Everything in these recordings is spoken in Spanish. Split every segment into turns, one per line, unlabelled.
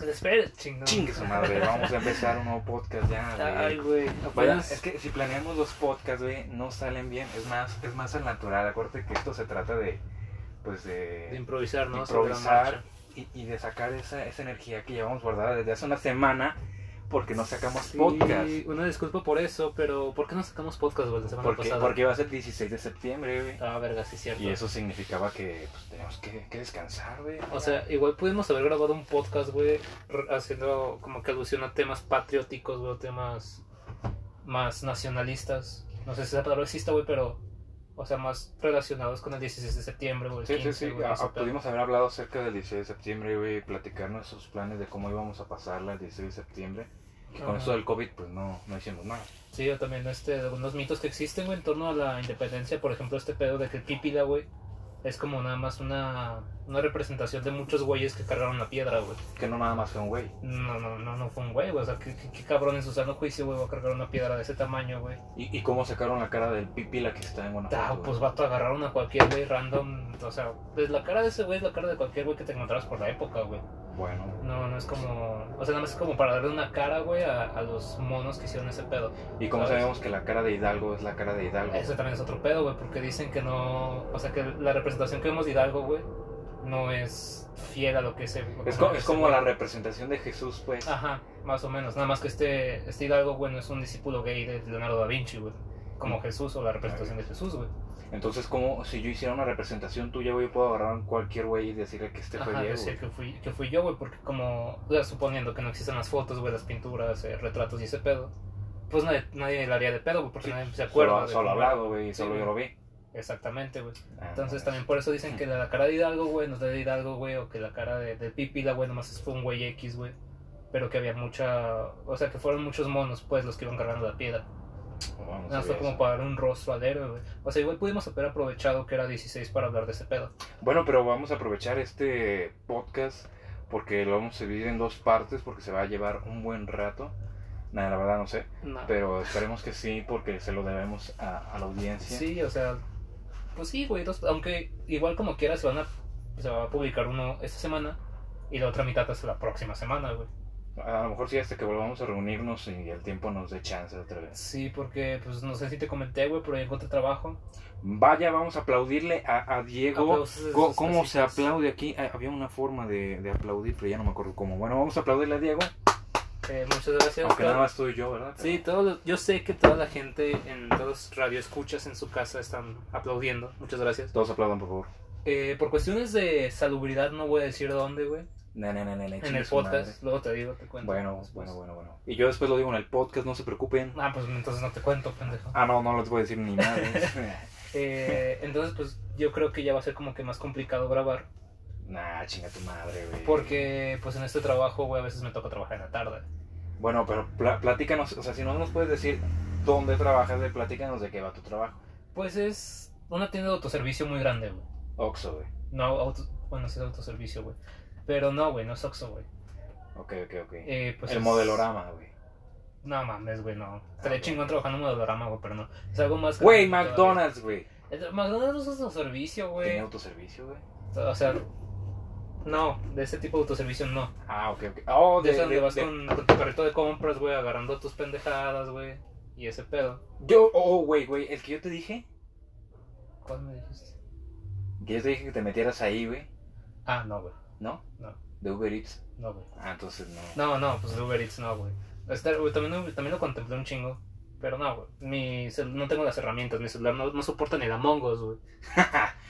Espera, Pues chingón.
Chingue su madre, vamos a empezar un nuevo podcast ya,
Ay,
güey.
güey. no
Vaya,
puedes.
es que si planeamos los podcasts, güey, no salen bien. Es más, es más al natural. Acuérdate que esto se trata de, pues,
de
de,
improvisar, ¿no? Sobre la
improvisar
marcha.
y, y de sacar esa, esa energía que llevamos guardada desde hace una semana porque no sacamos
Sí,
podcast.
Una disculpa por eso, pero ¿por qué no sacamos podcast güey, la semana
Porque,
pasada?
porque iba a ser 16 de septiembre, güey.
Ah, verga, sí, cierto.
Y eso significaba que pues, tenemos que, que descansar, güey.
O sea, igual pudimos haber grabado un podcast, güey, r- haciendo como que alusión a temas patrióticos, güey, o temas más nacionalistas. No sé si esa palabra existe, güey, pero, o sea, más relacionados con el 16 de septiembre, güey. el
Sí, sí,
15,
sí.
güey,
Ah,
ese pedo.
pudimos haber hablado acerca del 16 de septiembre, güey, platicar nuestros planes de cómo íbamos a pasarla el 16 de septiembre. Que con
Ajá.
esto del COVID, pues no, no hicimos nada.
Sí, o también este, algunos mitos que existen, güey, en torno a la independencia. Por ejemplo, este pedo de que el pípila, güey, es como nada más una, una representación de muchos güeyes que cargaron la piedra, güey.
Que no nada más fue un güey.
No, no, no, no fue un güey, güey. O sea, qué, qué- qué cabrón en su sano juicio, güey, va a cargar una piedra de ese tamaño, güey.
¿Y, y cómo sacaron la cara del pipila que está en Guanajuato?
Ah,
güey?
pues vato, agarraron a cualquier güey random. O sea, pues la cara de ese güey es la cara de cualquier güey que te encontrabas por la época, güey.
Bueno.
No, no es como. O sea, nada más es como para darle una cara, güey, a, a los monos que hicieron ese pedo.
¿Y cómo
¿Sabes?
sabemos que la cara de Hidalgo es la cara de Hidalgo?
Eso también es otro pedo, güey, porque dicen que no. O sea, que la representación que vemos de Hidalgo, güey, no es fiel a lo que Ah. es el.
Es, co- es como la
representación.
representación de Jesús, pues.
Ajá, más o menos. Nada más que este, este Hidalgo, güey, no es un discípulo gay de Leonardo da Vinci, güey.
Mm.
Como Jesús o la
Ah,
representación de Jesús, güey.
Entonces, como si yo hiciera una representación tuya, güey, puedo agarrar a cualquier güey y decirle que este fue
Ajá,
Diego.
decir que fui, que fui yo, güey, porque como, o sea, suponiendo que no existen las fotos, güey, las pinturas, eh, retratos y ese pedo, pues nadie, nadie le haría de pedo, güey, porque
Sí,
nadie se acuerda.
Solo,
de
solo
cómo-
hablado,
Sí,
güey, solo yo
güey.
lo vi.
Exactamente, güey.
Ah,
Entonces
no,
también por eso dicen que la cara de Hidalgo, güey, no es la de Hidalgo, güey, o que la cara de, de Pípila, güey, nomás fue un güey X, güey. Pero que había mucha, o sea, que fueron muchos monos, pues, los que iban cargando la piedra.
no,
Nada,
no
más fue
sabía
como
eso.
para dar un rostro al héroe, güey. O sea, igual pudimos haber aprovechado que era 16 para hablar de ese pedo.
Bueno, pero vamos a aprovechar este podcast porque lo vamos a dividir en dos partes porque se va a llevar un buen rato. Nada, la verdad no sé,
Nah.
pero esperemos que sí porque se lo debemos a, a la audiencia.
Sí, o sea, pues sí, güey. dos- aunque igual como quiera se van a se va a publicar uno esta semana y la otra mitad hasta la próxima semana, güey.
A lo mejor sí hasta que volvamos a reunirnos y el tiempo nos dé chance otra vez.
Sí, porque pues no sé si te comenté, güey, pero ya encontré trabajo.
Vaya, vamos a aplaudirle a, a Diego.
Aplausos,
Co-
esos
¿Cómo se
besitos.
aplaude aquí? Ah, Había una forma de, de aplaudir, pero ya no me acuerdo cómo. Bueno, vamos a aplaudirle a Diego.
Eh, muchas gracias.
Aunque
Oscar.
nada más tú y yo, ¿verdad?
Sí, todo lo- yo sé que toda la gente en todos los radioescuchas en su casa están aplaudiendo. Muchas gracias.
Todos aplaudan, por favor.
Eh, por cuestiones de salubridad no voy a decir dónde, güey.
Na, na, na, na, na,
En
chingue
el
su
podcast.
madre.
Luego te digo, te cuento.
Bueno,
después.
bueno, bueno, bueno. Y yo después lo digo en el podcast, no se preocupen.
Ah, pues entonces no te cuento, pendejo.
Ah, no, no les voy a decir ni nada.
Eh, entonces, pues yo creo que ya va a ser como que más complicado grabar.
nah, chinga tu madre, güey.
Porque, pues en este trabajo, güey, a veces me toca trabajar en la tarde.
Bueno, pero pla- platícanos, o sea, si no nos puedes decir dónde trabajas, güey, platícanos de qué va tu trabajo.
Pues es una tienda de autoservicio muy grande, güey.
Oxo, güey.
No, auto- bueno, sí es autoservicio, güey. Pero no, güey, no es Oxxo, güey.
Ok, ok, ok.
Eh, pues
el
es- Pues,
modelorama, güey.
No mames, güey, no.
Ah,
Estaría
ok.
chingón trabajando en modelorama, güey, pero no. Es algo más.
Güey,
grande
McDonald's, güey.
todavía. El- McDonald's no es autoservicio,
¿Tiene
güey.
autoservicio, güey?
O sea, no, de ese tipo de autoservicio no.
Ah, ok, ok. Oh,
De
de,
eso donde
de-
vas
de-
con, con tu carrito de compras, güey, agarrando tus pendejadas, güey. Y ese pedo.
Yo, oh, güey, güey, el que yo te dije,
¿Cuál me dijiste?
que yo te dije que te metieras ahí, güey,
Ah, no, güey.
¿no?
No.
De Uber Eats.
No, güey.
Ah, entonces no.
No, no, pues de Uber Eats no, güey. Este, güey, también, también lo contemplé un chingo. Pero no, güey. Mi cel- no tengo las herramientas. Mi celular no, no soporta ni la Mongos, güey.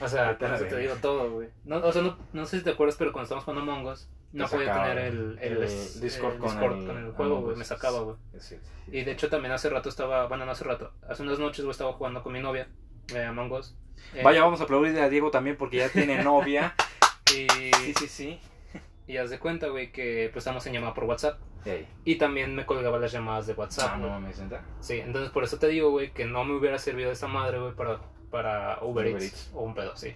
O sea,
Vete a
con
la
eso te
verga.
digo todo, güey. No, o sea, no, no sé si te acuerdas, pero cuando estábamos jugando Mongos, no
Te
podía
sacaba
tener el, el,
el
es-
Discord
el
con
Discord
el-
con el
ah,
juego,
no,
güey.
pues,
Me sacaba, güey.
Es cierto, sí,
Y de hecho también hace rato estaba, bueno, no hace rato, hace unas noches güey, estaba jugando con mi novia, eh, Among Us. eh,
Vaya, vamos a aplaudir a Diego también porque ya tiene novia.
Y,
Sí, sí, sí.
y haz de cuenta, güey, que pues estamos en llamada por WhatsApp.
Ey.
Y también me colgaba las llamadas de WhatsApp,
Ah,
güey.
no, me senta.
Sí, entonces por eso te digo, güey, que no me hubiera servido esta madre, güey, para, para Uber,
Uber
Eats,
Eats.
o un pedo, sí.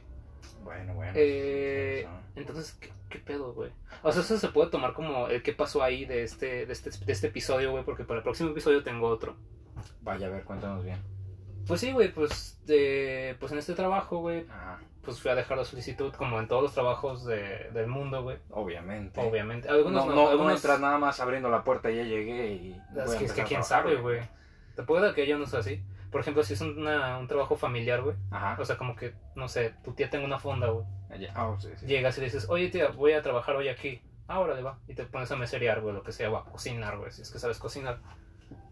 Bueno, bueno.
Eh,
sí, sí,
entonces, ¿qué, qué pedo, güey? O sea, eso se puede tomar como el qué pasó ahí de este, de este, de este episodio, güey, porque para el próximo episodio tengo otro.
sí. Vaya, a ver, cuéntanos bien.
Pues sí, güey, pues, de, pues en este trabajo, güey,
Ajá,
pues fui a dejar la solicitud como en todos los trabajos de, del mundo, güey.
obviamente.
Obviamente.
No,
Algunos
no,
no,
no
algunos
entras nada más abriendo la puerta y ya llegué y... voy a
Es que, es que
empezar a
quién
trabajar,
sabe, güey. Te puedo dar que yo no sea así. Por ejemplo, si es una- un trabajo familiar, güey.
Ajá.
O sea, como que, no sé, tu tía tengo una fonda, güey.
ya, ah, sí, sí.
Llegas y le dices, oye tía, voy a trabajar hoy aquí. Ahora le va. Y te pones a meserear, güey, lo que sea, o a cocinar, güey, si es que sabes cocinar.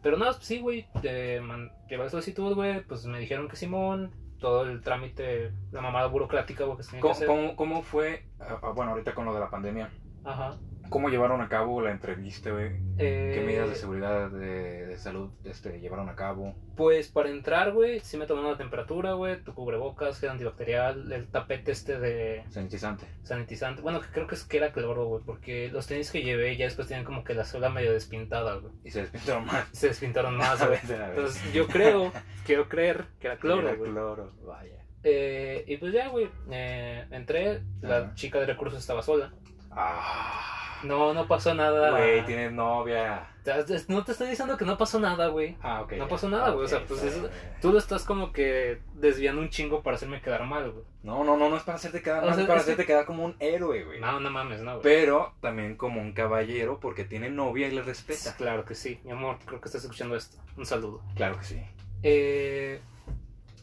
Pero no, sí, güey, te man- llevé solicitud, güey, pues me dijeron que Simón, todo el trámite, la mamada burocrática, güey, que se tenía que
¿Cómo,
hacer.
cómo, cómo fue, ah, ah, bueno, ahorita con lo de la pandemia,
Ajá.
cómo llevaron a cabo la entrevista, güey?
Eh,
¿Qué medidas de seguridad, de, de salud este, llevaron a cabo?
Pues para entrar, güey, sí me tomaron la temperatura, güey, tu cubrebocas, gel antibacterial, el tapete este de
Sanitizante.
sanitizante. Bueno, que creo que es que era cloro, güey, porque los tenis que llevé ya después tenían como que la suela medio despintada, güey.
Y se despintaron más.
Se despintaron más, güey.
De la vez.
Entonces yo creo, quiero creer que era Pues, cloro,
Era
güey.
cloro, vaya.
Eh, y pues ya, güey, eh, entré, la
Ajá.
chica de recursos estaba sola.
Ah,
No, no pasó nada.
güey, tienes novia.
Te- No te estoy diciendo que no pasó nada, güey.
Ah, ok.
No
ya.
pasó nada,
Ah,
güey, o
ok,
sea, pues
está
eso-
bien, güey.
Tú lo estás como que desviando un chingo para hacerme quedar mal, güey.
No, no, no, no es para hacerte quedar,
O
no es
sea,
para
es que-
hacerte quedar como un héroe, güey.
No, no mames, no, güey.
Pero también como un caballero porque tiene novia y le respeta.
Claro que sí, mi amor, creo que estás escuchando esto. Un saludo.
Claro que sí.
Eh,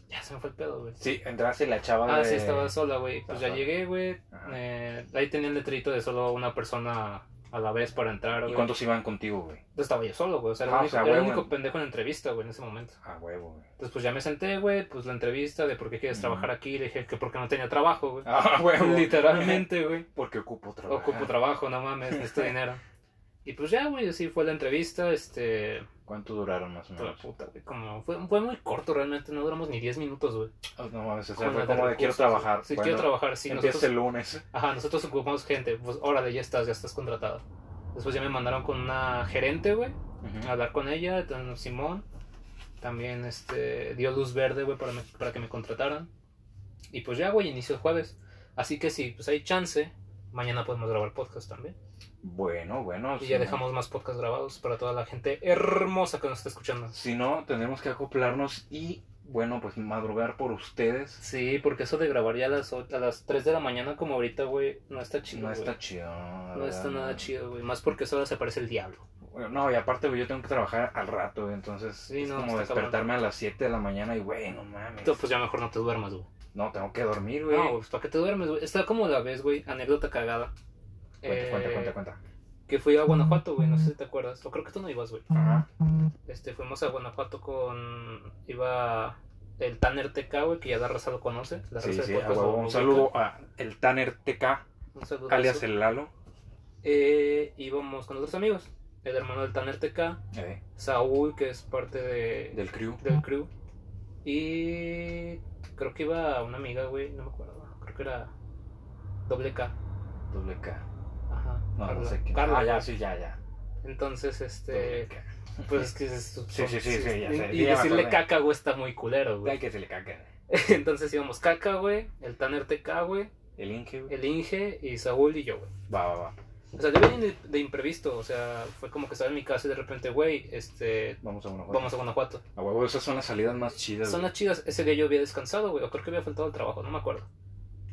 ya se me fue el pedo, güey.
Sí, entraste y la chava
Ah,
de...
sí, estaba sola, güey.
Estaba
Pues ya
sola.
llegué, güey.
Ajá.
Eh, ahí tenía el letrito de solo una persona a la vez para entrar,
¿Y
güey.
cuántos iban contigo, güey?
Pues estaba yo solo, güey. O sea, era,
Ah,
el
o
único,
sea,
era el
güey,
único
güey.
pendejo en la entrevista, güey, en ese momento.
A huevo, güey.
Entonces, pues ya me senté, güey, pues la entrevista de por qué quieres
Ujú.
trabajar aquí. Le dije que porque no tenía trabajo, güey.
Ah, A huevo.
Literalmente, güey.
Porque ocupo trabajo.
Ocupo trabajo, no mames, necesito dinero. Y pues ya, güey, así fue la entrevista, este...
¿Cuánto duraron más o
toda
menos?
puta, güey, como... Fue, fue muy corto realmente, no duramos ni 10 minutos, güey.
Oh, no mames, o
Con
sea, fue
la
como de quiero
recursos,
trabajar.
Sí,
Bueno,
quiero trabajar, sí.
Empieza
Nosotros,
el lunes.
Ajá, nosotros ocupamos gente. Pues, órale, ya estás, ya estás contratada. Después ya me mandaron con una gerente, güey. a hablar con ella, don Simón. También este, dio luz verde, güey, para, me- para que me contrataran. Y pues ya, güey, inició el jueves. Así que si pues hay chance, mañana podemos grabar podcast también.
Bueno, bueno.
Y
si
ya
no-
dejamos más podcast grabados para toda la gente hermosa que nos está escuchando.
Si no, tendremos que acoplarnos y, bueno, pues madrugar por ustedes.
Sí, porque eso de grabar ya a las, o- a las 3 de la mañana como ahorita, güey, no está chido.
no
güey.
está chido. la
No está
verdad,
nada
no.
chido, güey. Más porque a esa hora se aparece el diablo.
Bueno, No, y aparte, güey, yo tengo que trabajar al rato, güey, entonces
Sí,
es
no,
como
está cabrón.
despertarme a las 7 de la mañana y, güey, no mames.
Entonces, pues ya mejor no te duermas, güey.
No, tengo que dormir, güey.
No, pues para que te duermes, güey. Está como la vez, güey, anécdota cagada.
cuenta, cuenta,
Eh,
cuenta, cuenta.
que fui a Guanajuato, güey, no sé si te acuerdas, o creo que tú no ibas, güey.
Mm, Ajá.
Este, fuimos a Guanajuato con, iba el Tanner TK, güey, que ya la raza lo conoce. La raza
Sí,
de
sí, a
podcast
huevo.
lo-
Un
lo
saludo
ubica.
a el Tanner TK,
Un saludo.
alias el Lalo.
Eh, íbamos con otros amigos, el hermano del Tanner TK,
Eh,
Saúl, que es parte de,
del crew.
del crew, y creo que iba una amiga, güey, no me acuerdo, creo que era doble K.
Doble K.
Ajá,
No, no
Carla.
sé qué.
Carla,
Ah, ya,
güey.
sí, ya, ya.
Entonces,
Doble
este,
K.
Pues es que es- son-
sí, sí, sí, ya
y,
sé,
y
ya me
decirle
acordé.
caca, güey, está muy culero,
Hay
güey.
que se le caca.
Entonces íbamos caca, güey, el Tanner TK, güey,
El Inge, güey.
el Inge y Saúl y yo, güey.
Va, va, va.
O sea, yo vine de, de imprevisto, o sea, fue como que estaba en mi casa y de repente, güey, este,
Vamos a Guanajuato.
vamos a Guanajuato.
A huevo, esas son las salidas más chidas.
Son
güey.
las chidas, ese día yo había descansado, güey, o creo que había faltado el trabajo, no me acuerdo.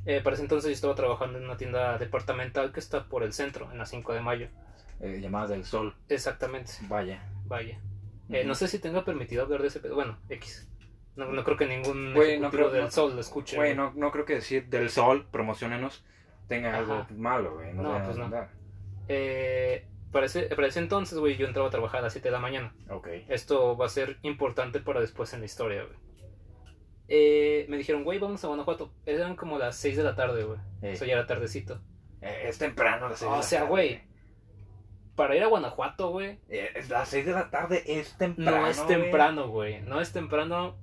Eh, para ese entonces yo estaba trabajando en una tienda departamental que está por el centro, en la 5 de mayo.
Eh, llamadas del sol.
Exactamente,
Vaya.
vaya. Eh, No sé si tenga permitido hablar de ese pedo. Bueno, X. No, no creo que ningún
Güey, no
ejecutivo
creo-
del
no-
sol lo escuche.
Güey, no, no creo que decir del sol, promocionenos, tenga
Ajá.
algo malo, güey.
No,
vayan a
pues no.
andar.
Eh, para, ese, para ese entonces, güey, yo entraba a trabajar a las 7 de la mañana.
Ok.
Esto va a ser importante para después en la historia, güey. Eh, me dijeron, güey, vamos a Guanajuato. Eran como las 6 de la tarde, güey.
Eh,
Eso ya era tardecito.
eh, es temprano las seis de
O
la
sea,
tarde.
güey, para ir a Guanajuato, güey,
Eh, es- las 6 de la tarde es
no
temprano.
es temprano, güey. No es temprano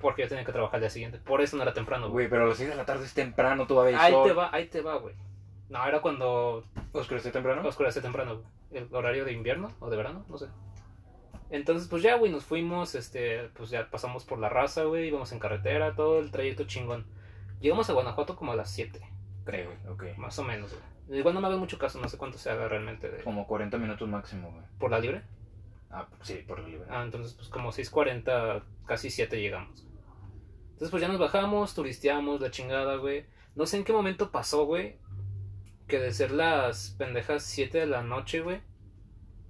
porque yo tenía que trabajar al día siguiente. Por eso no era temprano,
güey.
güey.
Güey, pero las 6 de la tarde es temprano todavía. hay
Ahí
sol.
te va, ahí te va, güey. No, era cuando
¿Oscurece temprano?
Oscurece temprano, güey. El horario de invierno o de verano, no sé. Entonces, pues ya, güey, nos fuimos, este, pues ya pasamos por la raza, güey, íbamos en carretera, todo el trayecto chingón. Llegamos a Guanajuato como a las 7,
Creo, güey. Ok.
más o menos, güey. Igual no me hagan mucho caso, no sé cuánto se haga realmente de-
Como 40 minutos máximo, güey.
por la libre.
Ah, sí, por la libertad.
Ah, entonces, pues como 6.40, casi 7 llegamos. güey. Entonces, pues ya nos bajamos, turisteamos, la chingada, güey. No sé en qué momento pasó, güey, que de ser las pendejas 7 de la noche, güey,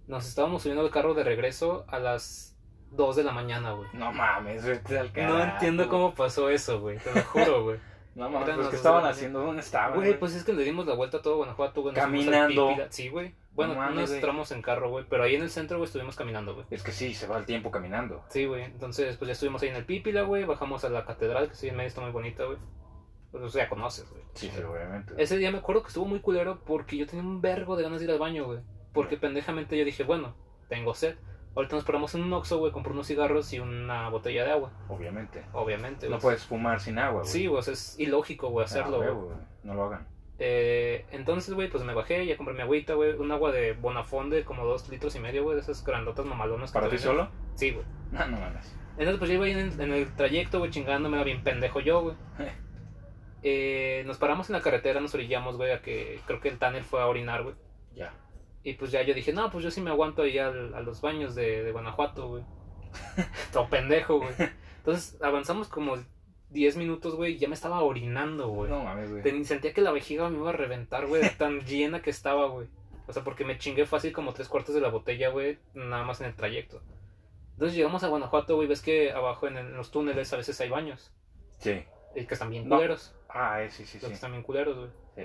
nos estábamos subiendo al carro de regreso a las 2 de la mañana, güey.
No mames, vete al
No
carajo.
entiendo cómo pasó eso, güey, te lo juro, güey.
No mames,
Eran
pues,
las
¿qué
dos
estaban
de la
haciendo? ¿Dónde estaban?
Güey, pues es que le dimos la vuelta a todo Guanajuato, güey. nos fuimos al
Caminando.
Pípila. Sí, güey. Bueno,
No
no
mames,
nos
güey.
entramos en carro, güey, pero ahí en el centro, güey, estuvimos caminando, güey.
Es que sí, se va el tiempo caminando.
Sí, güey. Entonces, pues ya estuvimos ahí en el Pípila, güey. Bajamos a la catedral, que sí, en medio está muy bonita, güey. Pues o sea, conoces, güey.
Sí, sí, obviamente.
Ese día me acuerdo que estuvo muy culero porque yo tenía un vergo de ganas de ir al baño, güey. Porque pendejamente yo dije, bueno, tengo sed. Ahorita nos paramos en un Oxxo, güey, compré unos cigarros y una botella de agua,
Obviamente.
obviamente.
No
güey.
puedes fumar sin agua, güey.
Sí, güey, o sea, es ilógico, güey,
Ah,
hacerlo,
güey,
güey.
güey, No lo hagan.
Eh, entonces, güey, pues me bajé, ya compré mi agüita, güey. Un agua de Bonafonde, como dos litros y medio, güey, de esas grandotas mamalonas. que
¿Para
te
ti
venden.
solo?
Sí, güey.
No, no mames.
Entonces, pues yo iba ahí en, en el trayecto, güey, chingándome, era bien pendejo yo, güey. Eh, nos paramos en la carretera, nos orillamos, güey, a que creo que el Tanner fue a orinar, güey.
Ya.
Y pues ya yo dije, no, pues yo sí me aguanto ahí al- a los baños de, de Guanajuato, güey. Todo pendejo, güey. Entonces avanzamos como 10 minutos, güey, y ya me estaba orinando, güey.
No mames, güey.
Ten- Sentía que la vejiga me iba a reventar, güey, de tan llena que estaba, güey. O sea, porque me chingué fácil como tres cuartos de la botella, güey, nada más en el trayecto. Entonces llegamos a Guanajuato, güey, ves que abajo en, el- en los túneles a veces hay baños.
Sí.
Y que están bien
No.
culeros.
Ah, eh, sí, sí,
Los que
sí.
están bien culeros, güey.
Sí.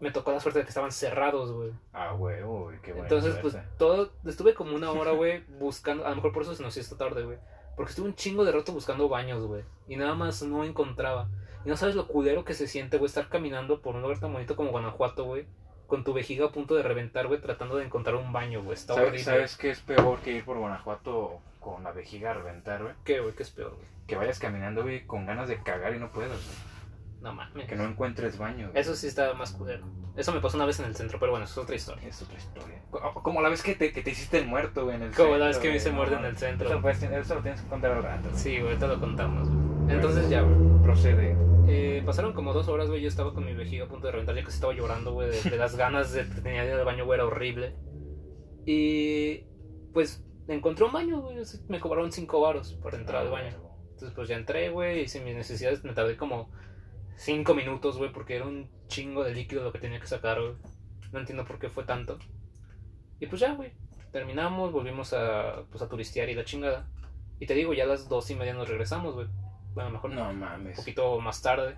Me tocó la suerte de que estaban cerrados, güey.
Ah, güey, uy, qué bueno.
Entonces, pues todo. Estuve como una hora, güey, buscando. A lo mejor por eso se nos hizo esta tarde, güey. Porque estuve un chingo de rato buscando baños, güey. Y nada más no encontraba. Y no sabes lo culero que se siente, güey, estar caminando por un lugar tan bonito como Guanajuato, güey. Con tu vejiga a punto de reventar, güey, tratando de encontrar un baño, güey. Está horrible.
¿Sabes, ¿Sabes qué es peor que ir por Guanajuato con la vejiga a reventar, güey?
qué, güey? ¿Qué es peor, güey?
Que vayas caminando, güey, con ganas de cagar y no puedas, güey.
No mames.
Que no encuentres baño, güey.
Eso sí está más culero. Eso me pasó una vez en el centro, pero bueno, eso es otra historia.
Es otra historia. Co- Como la vez que te, que te hiciste el muerto, güey, en el
Como la vez que me
güey,
hice
no
muerto en
mames.
el centro.
Eso, lo puedes- eso lo tienes que contar al rato. güey.
Sí, güey, te lo contamos, güey. Entonces ya, güey.
Procede.
Eh, pasaron como dos horas, güey. Yo estaba con mi vejiga a punto de reventar, ya que estaba llorando, güey, de, de las ganas de, que tenía de ir al baño, güey, era horrible. Y pues encontré un baño, güey. así, Me cobraron cinco varos por entrar
Ah,
al baño. Entonces pues ya entré, güey, hice mis necesidades. Me tardé como cinco minutos, güey, porque era un chingo de líquido lo que tenía que sacar, güey. No entiendo por qué fue tanto. Y pues ya, güey. Terminamos, volvimos a, pues, a turistear y la chingada. Y te digo, ya a las dos y media nos regresamos, güey. Bueno, a lo mejor
No
un
mames.
poquito más tarde.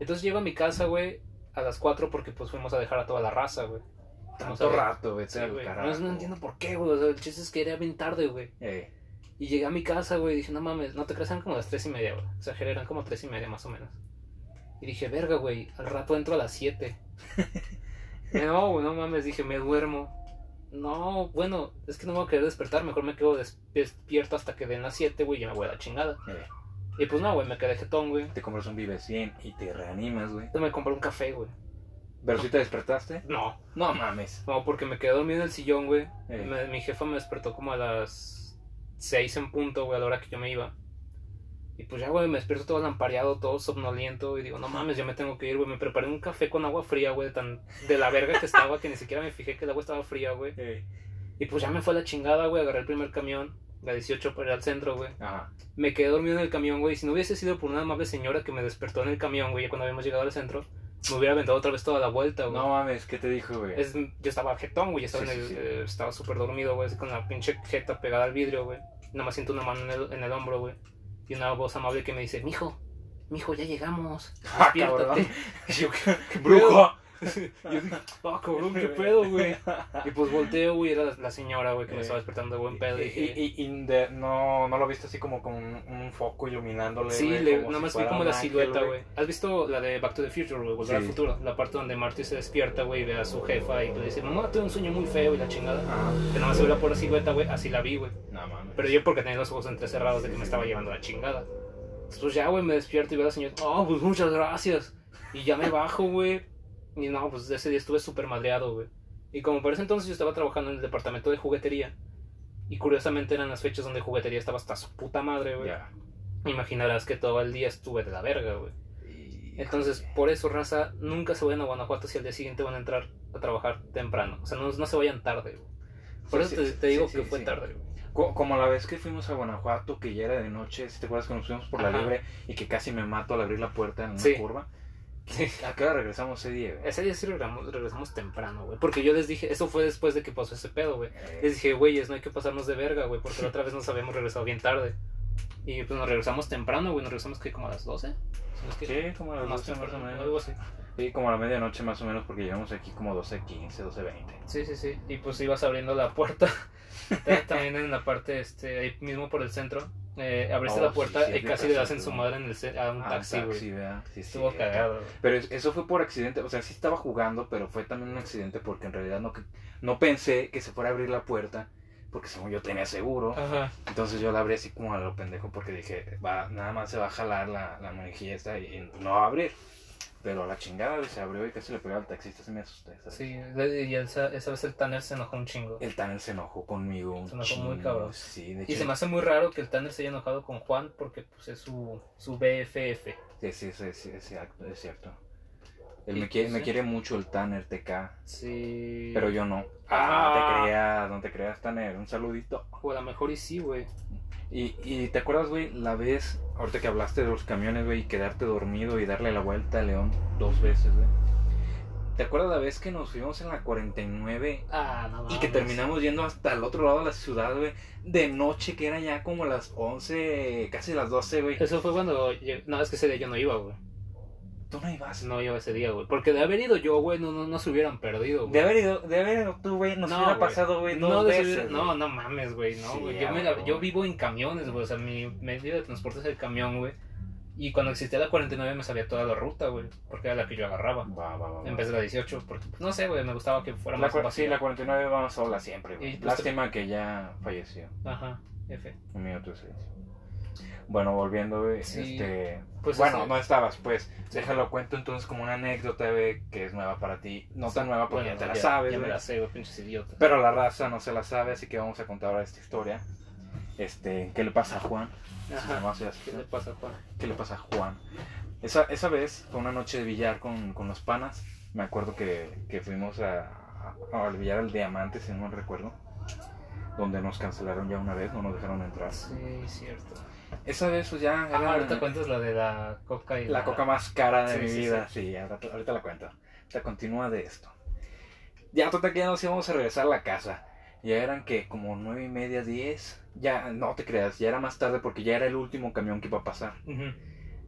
Entonces llego a mi casa, güey, a las 4 porque pues fuimos a dejar a toda la raza, güey. Vamos a
Tanto
ver.
rato, vete
Sí,
al
güey.
carajo.
No, no entiendo por qué, güey. O sea, el chiste es que era bien tarde, güey.
Eh,
Y llegué a mi casa, güey, y dije, no mames, no te creas, eran como las 3 y media, güey. Exageré, eran como 3 y media más o menos. Y dije, verga, güey, al rato entro a las 7. no, güey, no mames, dije, me duermo. No, bueno, es que no me voy a querer despertar, mejor me quedo des- despierto hasta que den las 7, güey, y ya me voy a la chingada.
eh.
Y pues no, güey, me quedé jetón, güey.
Te compras un Vive 100 y te reanimas, güey.
Entonces me compré un café, güey.
Pero si te despertaste,
No,
no mames.
No, porque me quedé dormido en el sillón, güey.
Eh.
Me- mi jefa me despertó como a las 6 en punto, güey, a la hora que yo me iba. Y pues ya, güey, me despierto todo lampareado, todo somnoliento. Y digo, no mames, ya me tengo que ir, güey. Me preparé un café con agua fría, güey, de tan de la verga que estaba que ni siquiera me fijé que el agua estaba fría, güey.
Eh.
Y pues ya me fue a la chingada, güey. Agarré el primer camión, la 18 para ir al centro, güey.
Ajá.
Me quedé dormido en el camión, güey. Si no hubiese sido por una amable señora que me despertó en el camión, güey, ya cuando habíamos llegado al centro, me hubiera aventado otra vez toda la vuelta, güey.
No mames, ¿qué te dijo, güey?
Es- yo estaba jetón, güey. Estaba,
Sí,
en el-
sí, sí.
eh, estaba súper dormido, güey. así Con la pinche jeta pegada al vidrio, güey. Nada más siento una mano en el, en el hombro, güey. Y una voz amable que me dice, mijo, mijo, ya llegamos.
Ah,
Despiértate.
Yo, ¿qué brujo.
Yo dije, ah, cabrón, qué pedo, güey. Y pues volteo, güey, era la, la señora, güey, que me
Eh.
estaba despertando de buen pedo. Y
Y,
dije,
y- y de- no, no lo viste así como con un, un foco iluminándole.
sí,
güey,
le-
como
nada más
si
vi
fuera
como
un
la
ángel,
silueta, güey. ¿Has visto la de Back to the Future, güey? Volver al
Sí.
futuro. La parte donde Marty se despierta, güey, y ve a su jefa y le dice, mamá, tuve un sueño muy feo y la chingada.
Ah,
Que nada más se ve la pura silueta, güey. Así la vi, güey.
no mames.
Pero yo porque tenía los ojos entrecerrados de que me estaba llevando la chingada. Pues ya, güey, me despierto y veo a la señora. Oh, pues muchas gracias. Y ya me bajo, güey. Y no, pues ese día estuve súper madreado, güey. Y como por ese entonces yo estaba trabajando en el departamento de juguetería. Y curiosamente eran las fechas donde juguetería estaba hasta su puta madre, güey.
Ya.
Imaginarás que todo el día estuve de la verga, güey. Entonces, por eso, raza, nunca se vayan a Guanajuato si al día siguiente van a entrar a trabajar temprano. O sea, no, no se vayan tarde, güey. Por
Sí,
eso
sí,
te,
sí,
te digo
sí,
que
sí,
fue
sí.
tarde, güey.
Co- como la vez que fuimos a Guanajuato, que ya era de noche, si te acuerdas que nos fuimos por
Ajá.
la libre y que casi me mato al abrir la puerta en una
Sí.
curva.
Sí.
¿A qué hora regresamos ese día? güey?
Ese día sí regresamos, regresamos temprano, güey. Porque yo les dije, eso fue después de que pasó ese pedo, güey. Les
Eh,
dije, güeyes, no hay que pasarnos de verga, güey, porque la otra vez nos habíamos regresado bien tarde. Y pues nos regresamos temprano, güey, nos regresamos que como a las 12. Si no es que-
sí, como a las
más
12 más o
temprano,
menos.
algo así.
Sí, como a la medianoche más o menos, porque llegamos aquí como 12.15, 12.20.
Sí, sí, sí. Y pues ibas abriendo la puerta. Ta- También en la parte, este, ahí mismo por el centro. Eh, abriste
Oh,
la puerta
sí, sí,
y
te
casi le das en
presento.
su madre en el ce- a un
Ah,
taxi, güey.
¿verdad? Sí,
Estuvo
sí.
cagado. güey.
Pero es- eso fue por accidente, o sea, sí estaba jugando, pero fue también un accidente porque en realidad no, que- no pensé que se fuera a abrir la puerta, porque según yo tenía seguro.
Ajá.
Entonces yo la abrí así como a lo pendejo porque dije, va, nada más se va a jalar la, la manijilla esta y, y no va a abrir. Pero a la chingada se abrió y casi le pegó al taxista, se me asusté. ¿sabes?
Sí, y esa, esa vez el Tanner se enojó un chingo.
El Tanner se enojó conmigo un
Se enojó muy
chingo,
cabrón.
Sí, de hecho,
Y se me hace muy raro que el Tanner se haya enojado con Juan porque pues es su, su BFF.
sí, sí, sí, sí, es cierto, es cierto. Él
Y
me quiere,
pues,
me
sí.
quiere mucho el Tanner TK,
Sí.
pero yo no.
Ah.
No te creas, no te creas, Tanner, un saludito.
O a lo mejor y sí, güey.
Y, y te acuerdas, güey, la vez, ahorita que hablaste de los camiones, güey, y quedarte dormido y darle la vuelta a León dos veces, güey. ¿Te acuerdas la vez que nos fuimos en la 49
Ah, no
y que terminamos yendo hasta el otro lado de la ciudad, güey? De noche, que era ya como las 11, casi las 12, güey.
Eso fue cuando. lle- No, es que ese día yo no iba, güey.
Tú no ibas.
No iba ese día, güey. Porque de haber ido yo, güey, no, no, no se hubieran perdido, güey.
De haber ido, de haber ido tú, güey, nos
No,
hubiera
güey.
pasado, güey, dos
no, de
veces.
subir-
güey.
no, no mames, güey, no,
Sí,
güey.
a
yo, me la-
huevo.
yo vivo en camiones, güey. O sea, mi medio de transporte es el camión, güey. Y cuando existía la 49 me sabía toda la ruta, güey. Porque era la que yo agarraba.
Va, va, va, va.
En vez de la 18. Porque, pues, no sé, güey, me gustaba que fuera
La
más
cua- sí,
vacía.
la 49 vamos sola siempre,
Y
güey.
pues te-
Lástima que ya falleció.
Ajá, F.
Un minuto seis. Bueno, volviendo, güey,
Sí.
este...
Pues
bueno,
ese-
no estabas, pues. Déjalo cuento entonces como una anécdota, güey, que es nueva para ti. No tan nueva porque
bueno,
ya te la sabes,
Ya me
güey.
la sé, güey, pinches idiotas.
Pero la raza no se la sabe, así que vamos a contar ahora esta historia. Este, ¿qué le pasa a Juan? Se
Ajá.
llama así, así,
¿Qué
¿no?
le pasa, Juan?
¿Qué le pasa a Juan? Esa, esa vez fue una noche de billar con, con los panas. Me acuerdo que, que fuimos a, a- al billar al Diamante, si no mal recuerdo. Donde nos cancelaron ya una vez, no nos dejaron entrar.
Sí, cierto.
Esa vez pues ya
Ah,
era-
ahorita cuentas la de la coca y
La coca más cara de
Sí,
mi
sí,
vida. Sí, ahora- ahorita la cuento. La continúa de esto. Ya total que ya nos íbamos a regresar a la casa. Ya eran que como nueve y media, diez. Ya, no te creas, ya era más tarde porque ya era el último camión que iba a pasar.
Ujú,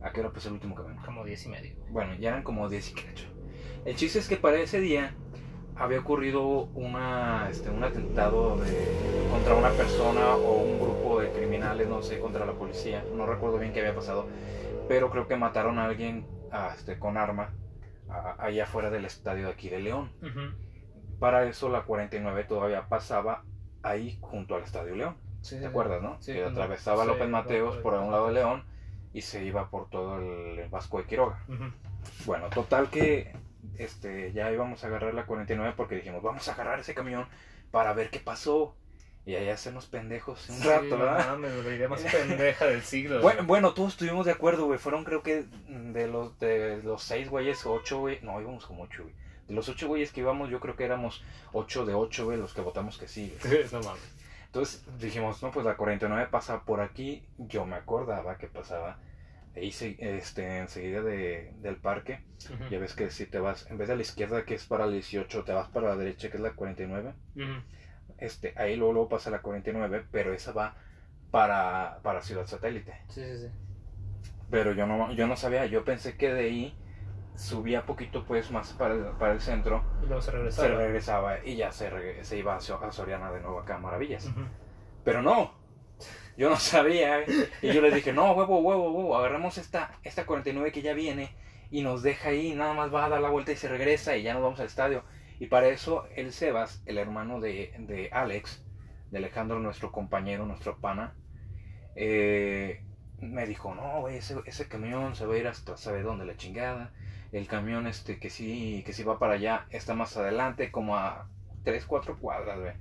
¿A qué hora pasó el último camión?
Como diez y medio.
Bueno, ya eran como diez y cacho. El chiste es que para ese día había ocurrido una, este, un atentado de- contra una persona o un grupo de criminales, no sé, contra la policía. No recuerdo bien qué había pasado, pero creo que mataron a alguien ah, este, con arma a- allá afuera del estadio de aquí de León.
Ujú,
Para eso la 49 todavía pasaba ahí junto al estadio León.
sí, sí,
¿Te acuerdas, no?
Sí,
que
cuando-
atravesaba
sí,
López
me
Mateos
acuerdo.
por un lado de León y se iba por todo el Vasco de Quiroga.
sí. Ujú.
Bueno, total que este, ya íbamos a agarrar la 49 porque dijimos, vamos a agarrar ese camión para ver qué pasó. Y ahí hacernos pendejos un
Sí,
rato,
no
¿verdad?
mames, la idea más pendeja del siglo.
Bueno, bueno, todos estuvimos de acuerdo, güey. Fueron creo que de los, de los seis güeyes, ocho, güey. No, íbamos como ocho, güey. De los ocho güeyes que íbamos, yo creo que éramos ocho de ocho, güey, los que votamos que sí. güey.
güey. no mames.
Entonces dijimos, no, pues la 49 pasa por aquí. Yo me acordaba que pasaba ahí se- este, enseguida de, del parque.
Ujú,
Ya ves que si te vas, en vez de a la izquierda que es para el 18, te vas para la derecha que es la 49.
ujú.
Este, ahí luego, luego pasa la 49, pero esa va para, para Ciudad Satélite.
Sí, sí, sí.
Pero yo no, yo no sabía, yo pensé que de ahí subía poquito pues más para el, para el centro,
Y luego se
se
regresaba.
regresaba y ya se, reg- se iba a, So- a Soriana de nuevo acá a Maravillas.
Ujú.
Pero no, yo no sabía. ¿eh? Y yo les dije, no, huevo, huevo, huevo, agarramos esta, esta 49 que ya viene y nos deja ahí, nada más va a dar la vuelta y se regresa y ya nos vamos al estadio. Y para eso el Sebas, el hermano de, de Alex, de Alejandro, nuestro compañero, nuestro pana, eh, me dijo, no, güey, ese, ese camión se va a ir hasta sabe dónde la chingada. El camión este que sí, que sí va para allá está más adelante, como a 3, 4 cuadras, güey.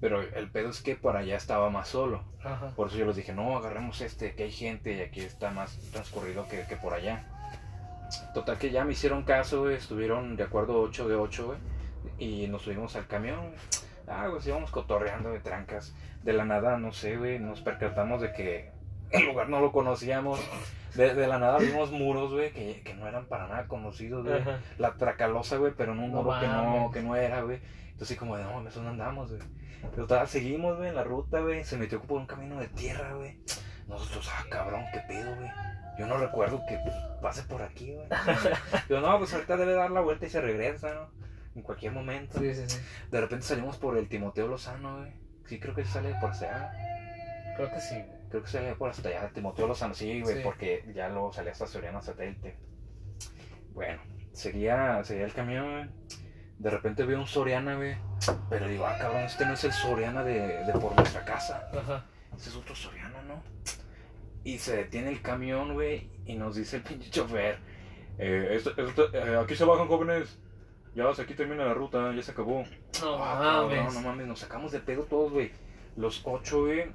Pero el pedo es que por allá estaba más solo.
Ajá.
Por eso yo les dije, no, agarremos este, que hay gente y aquí está más transcurrido que, que por allá. Total que ya me hicieron caso, güey, estuvieron de acuerdo 8 de 8, güey, y nos subimos al camión. güey. Ah, pues íbamos cotorreando de trancas. De la nada, no sé, güey, nos percatamos de que el lugar no lo conocíamos. De, de la nada vimos muros, güey, que, que no eran para nada conocidos, güey.
Ajá.
La tracalosa, güey, pero en un
No
muro que, no,
mames.
que no era, güey. Entonces, como de, no, mames, ¿dónde andamos, güey? Total, seguimos, güey, en la ruta, güey. Se metió por un camino de tierra, güey. Nosotros, ah, cabrón, qué pedo, güey. Yo no recuerdo que pase por aquí, güey. Yo, no, pues ahorita debe dar la vuelta y se regresa, ¿no? En cualquier momento.
Sí, sí, sí.
De repente salimos por el Timoteo Lozano, güey. Sí, creo que sale por allá.
Creo que sí, güey.
Creo que sale por hasta allá, Timoteo Lozano. Sí, güey,
Sí.
porque ya luego salía hasta Soriana Satélite. Bueno, sería, sería el camión, güey. De repente veo un Soriana, güey. Pero digo, ah, cabrón, este no es el Soriana de, de por nuestra casa.
Ajá.
Ese es otro Soriana, ¿no? Y se detiene el camión, güey, y nos dice el pinche chofer. eh, esto- esto- eh, aquí se bajan jóvenes. Ya, se- aquí termina la ruta, ya se acabó.
No
Ah, cabrón,
mames.
No, mames, nos sacamos de pedo todos, güey. Los ocho, güey.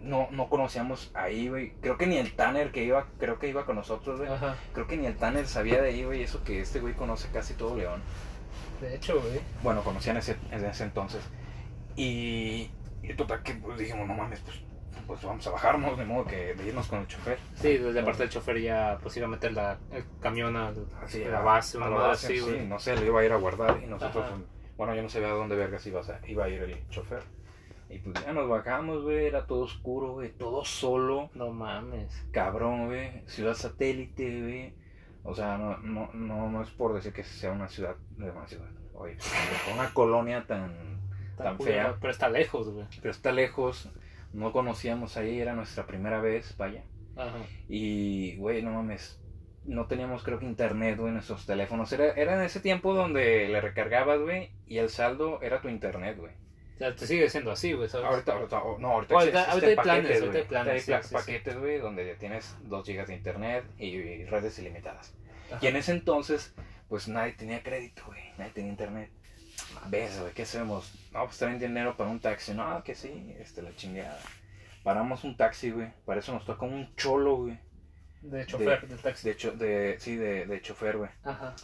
No, no conocíamos ahí, güey. Creo que ni el Tanner que iba, creo que iba con nosotros, güey.
Ajá.
Creo que ni el Tanner sabía de ahí, güey. Eso que este güey conoce casi todo León.
De hecho, güey.
Bueno, conocían ese, en ese entonces. Y, y total que pues, dijimos, no mames, pues, pues vamos a bajarnos, de modo que de irnos con el chofer.
Sí, desde parte del chofer ya pues iba a meter la, el camión a,
Así,
a la base,
a
una
la
madre
base,
así,
sí,
güey.
no sé, lo iba a ir a guardar y nosotros,
Ajá.
bueno, yo no sabía a dónde vergas iba a, iba a ir el chofer. Y pues ya nos bajamos, güey, era todo oscuro, güey, todo solo,
No mames.
cabrón, güey, ciudad satélite, güey. O sea, no, no, no, no es por decir que sea una ciudad, demasiado, oye, pues, una colonia tan,
Está
Tan
culero,
fea.
Pero está lejos, güey.
pero está lejos, no conocíamos ahí, era nuestra primera vez, vaya.
Ajá.
Y, güey, no mames. No teníamos, creo que internet, güey, en nuestros teléfonos. Era, era en ese tiempo donde le recargabas, güey, y el saldo era tu internet, güey.
O sea, te sigue siendo así, güey, ¿sabes?
Ahorita, ahorita, oh, no, ahorita,
Oh, ahorita-
existen
ahorita hay
paquetes,
planes,
güey.
ahorita hay planes,
Ahorita hay
sí,
pla-
sí, sí.
paquetes, güey, donde ya tienes 2 gigas de internet y, y redes ilimitadas.
Ajá.
Y en ese entonces, pues nadie tenía crédito, güey, nadie tenía internet. ¿Ves, güey? ¿Qué hacemos? No, pues traen dinero para un taxi. No, que sí, este, la chingada. Paramos un taxi, güey. Para eso nos tocó un cholo, güey.
De chofer, del taxi.
De hecho, de, sí, de, de chofer, güey.
Ajá.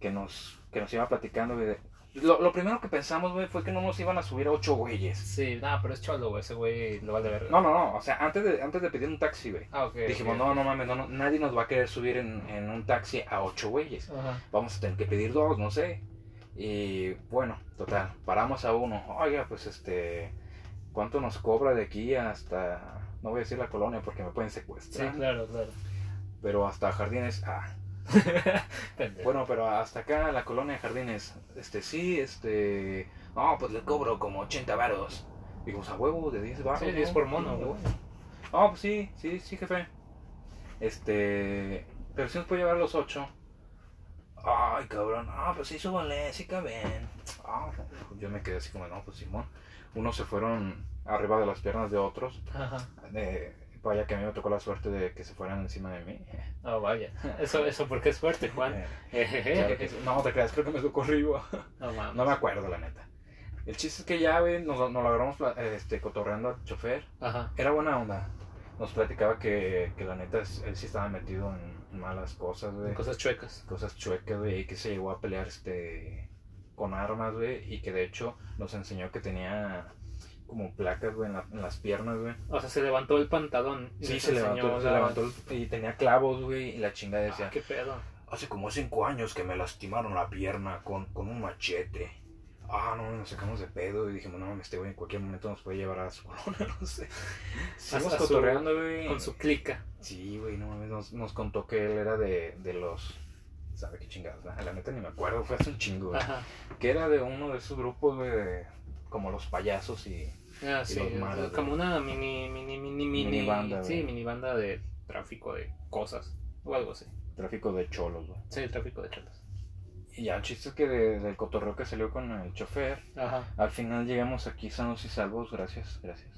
Que nos, que nos iba platicando, güey. Lo, lo primero que pensamos, güey, fue que no nos iban a subir a ocho güeyes.
Sí, nada, pero es cholo, güey. Ese güey lo vale ver.
No, no, no. O sea, antes de, antes de pedir un taxi, güey. eh,
Ah, ok.
Dijimos, no, no mames, no, no, nadie nos va a querer subir en, en un taxi a ocho güeyes.
no. Ajá.
Vamos a tener que pedir dos, no sé. Y bueno, total, paramos a uno. Oiga, pues este, ¿cuánto nos cobra de aquí hasta... No voy a decir la colonia porque me pueden
Sí,
secuestrar.
claro, claro.
Pero hasta jardines... Ah,
Pendejo.
Eh. Bueno, pero hasta acá la colonia de jardines, este sí, este. No, pues le cobro como 80 varos. Dijimos a huevo de 10 varos.
Sí, 10 por mono, güey.
No, pues sí, sí, sí, jefe. Este. Pero si nos puede llevar los 8. Ay, cabrón. Ah, pues sí, súbanle, sí caben. Ah, yo me quedé así como, no, pues Simón. Unos se fueron arriba de las piernas de otros.
Ajá.
Eh, vaya que a mí me tocó la suerte de que se fueran encima de mí.
Ah, vaya. Eso, eso porque es fuerte, Juan.
Eh, claro que
Ejeje.
sí. No, te creas, creo que me tocó arriba.
No mames.
No me acuerdo, la neta. El chiste es que ya, güey, nos, nos lo agarramos pla- este, cotorreando al chofer.
Ajá.
Era buena onda. Nos platicaba que, que la neta, es- él sí estaba metido en malas cosas, güey.
Cosas chuecas.
Cosas chuecas, güey, y que se llegó a pelear este, con armas, güey. Y que de hecho nos enseñó que tenía como placas, güey, en, la- en las piernas, güey.
O sea, se levantó el pantalón. y
Sí,
les
se
enseñó
levantó, se
la-
levantó el- y tenía clavos, güey, y la chingada decía.
Ah, qué pedo.
Hace como cinco años que me lastimaron la pierna con, con un machete. Ah, no, nos sacamos de pedo y dijimos, no mames, este güey en cualquier momento nos puede llevar a su colonia, no sé. Seguimos
A su-
cotorreando, güey.
Con su clica.
Sí, güey, no mames, nos, nos contó que él era de, de los... ¿Sabe qué chingados? La, la neta ni me acuerdo, fue hace un chingo, güey.
Ajá.
Que era de uno de esos grupos, güey, de- como los payasos y...
Ah,
Y
sí,
los
o sea,
malos,
como una mini, mini, mini, mini,
Mini banda,
sí,
güey.
mini banda de tráfico de cosas o algo así.
Tráfico de cholos, güey.
Sí, tráfico de chatas.
Y ya el chiste es que de- del cotorreo que salió con el chofer,
Ajá.
Al final llegamos aquí sanos y salvos, gracias, gracias.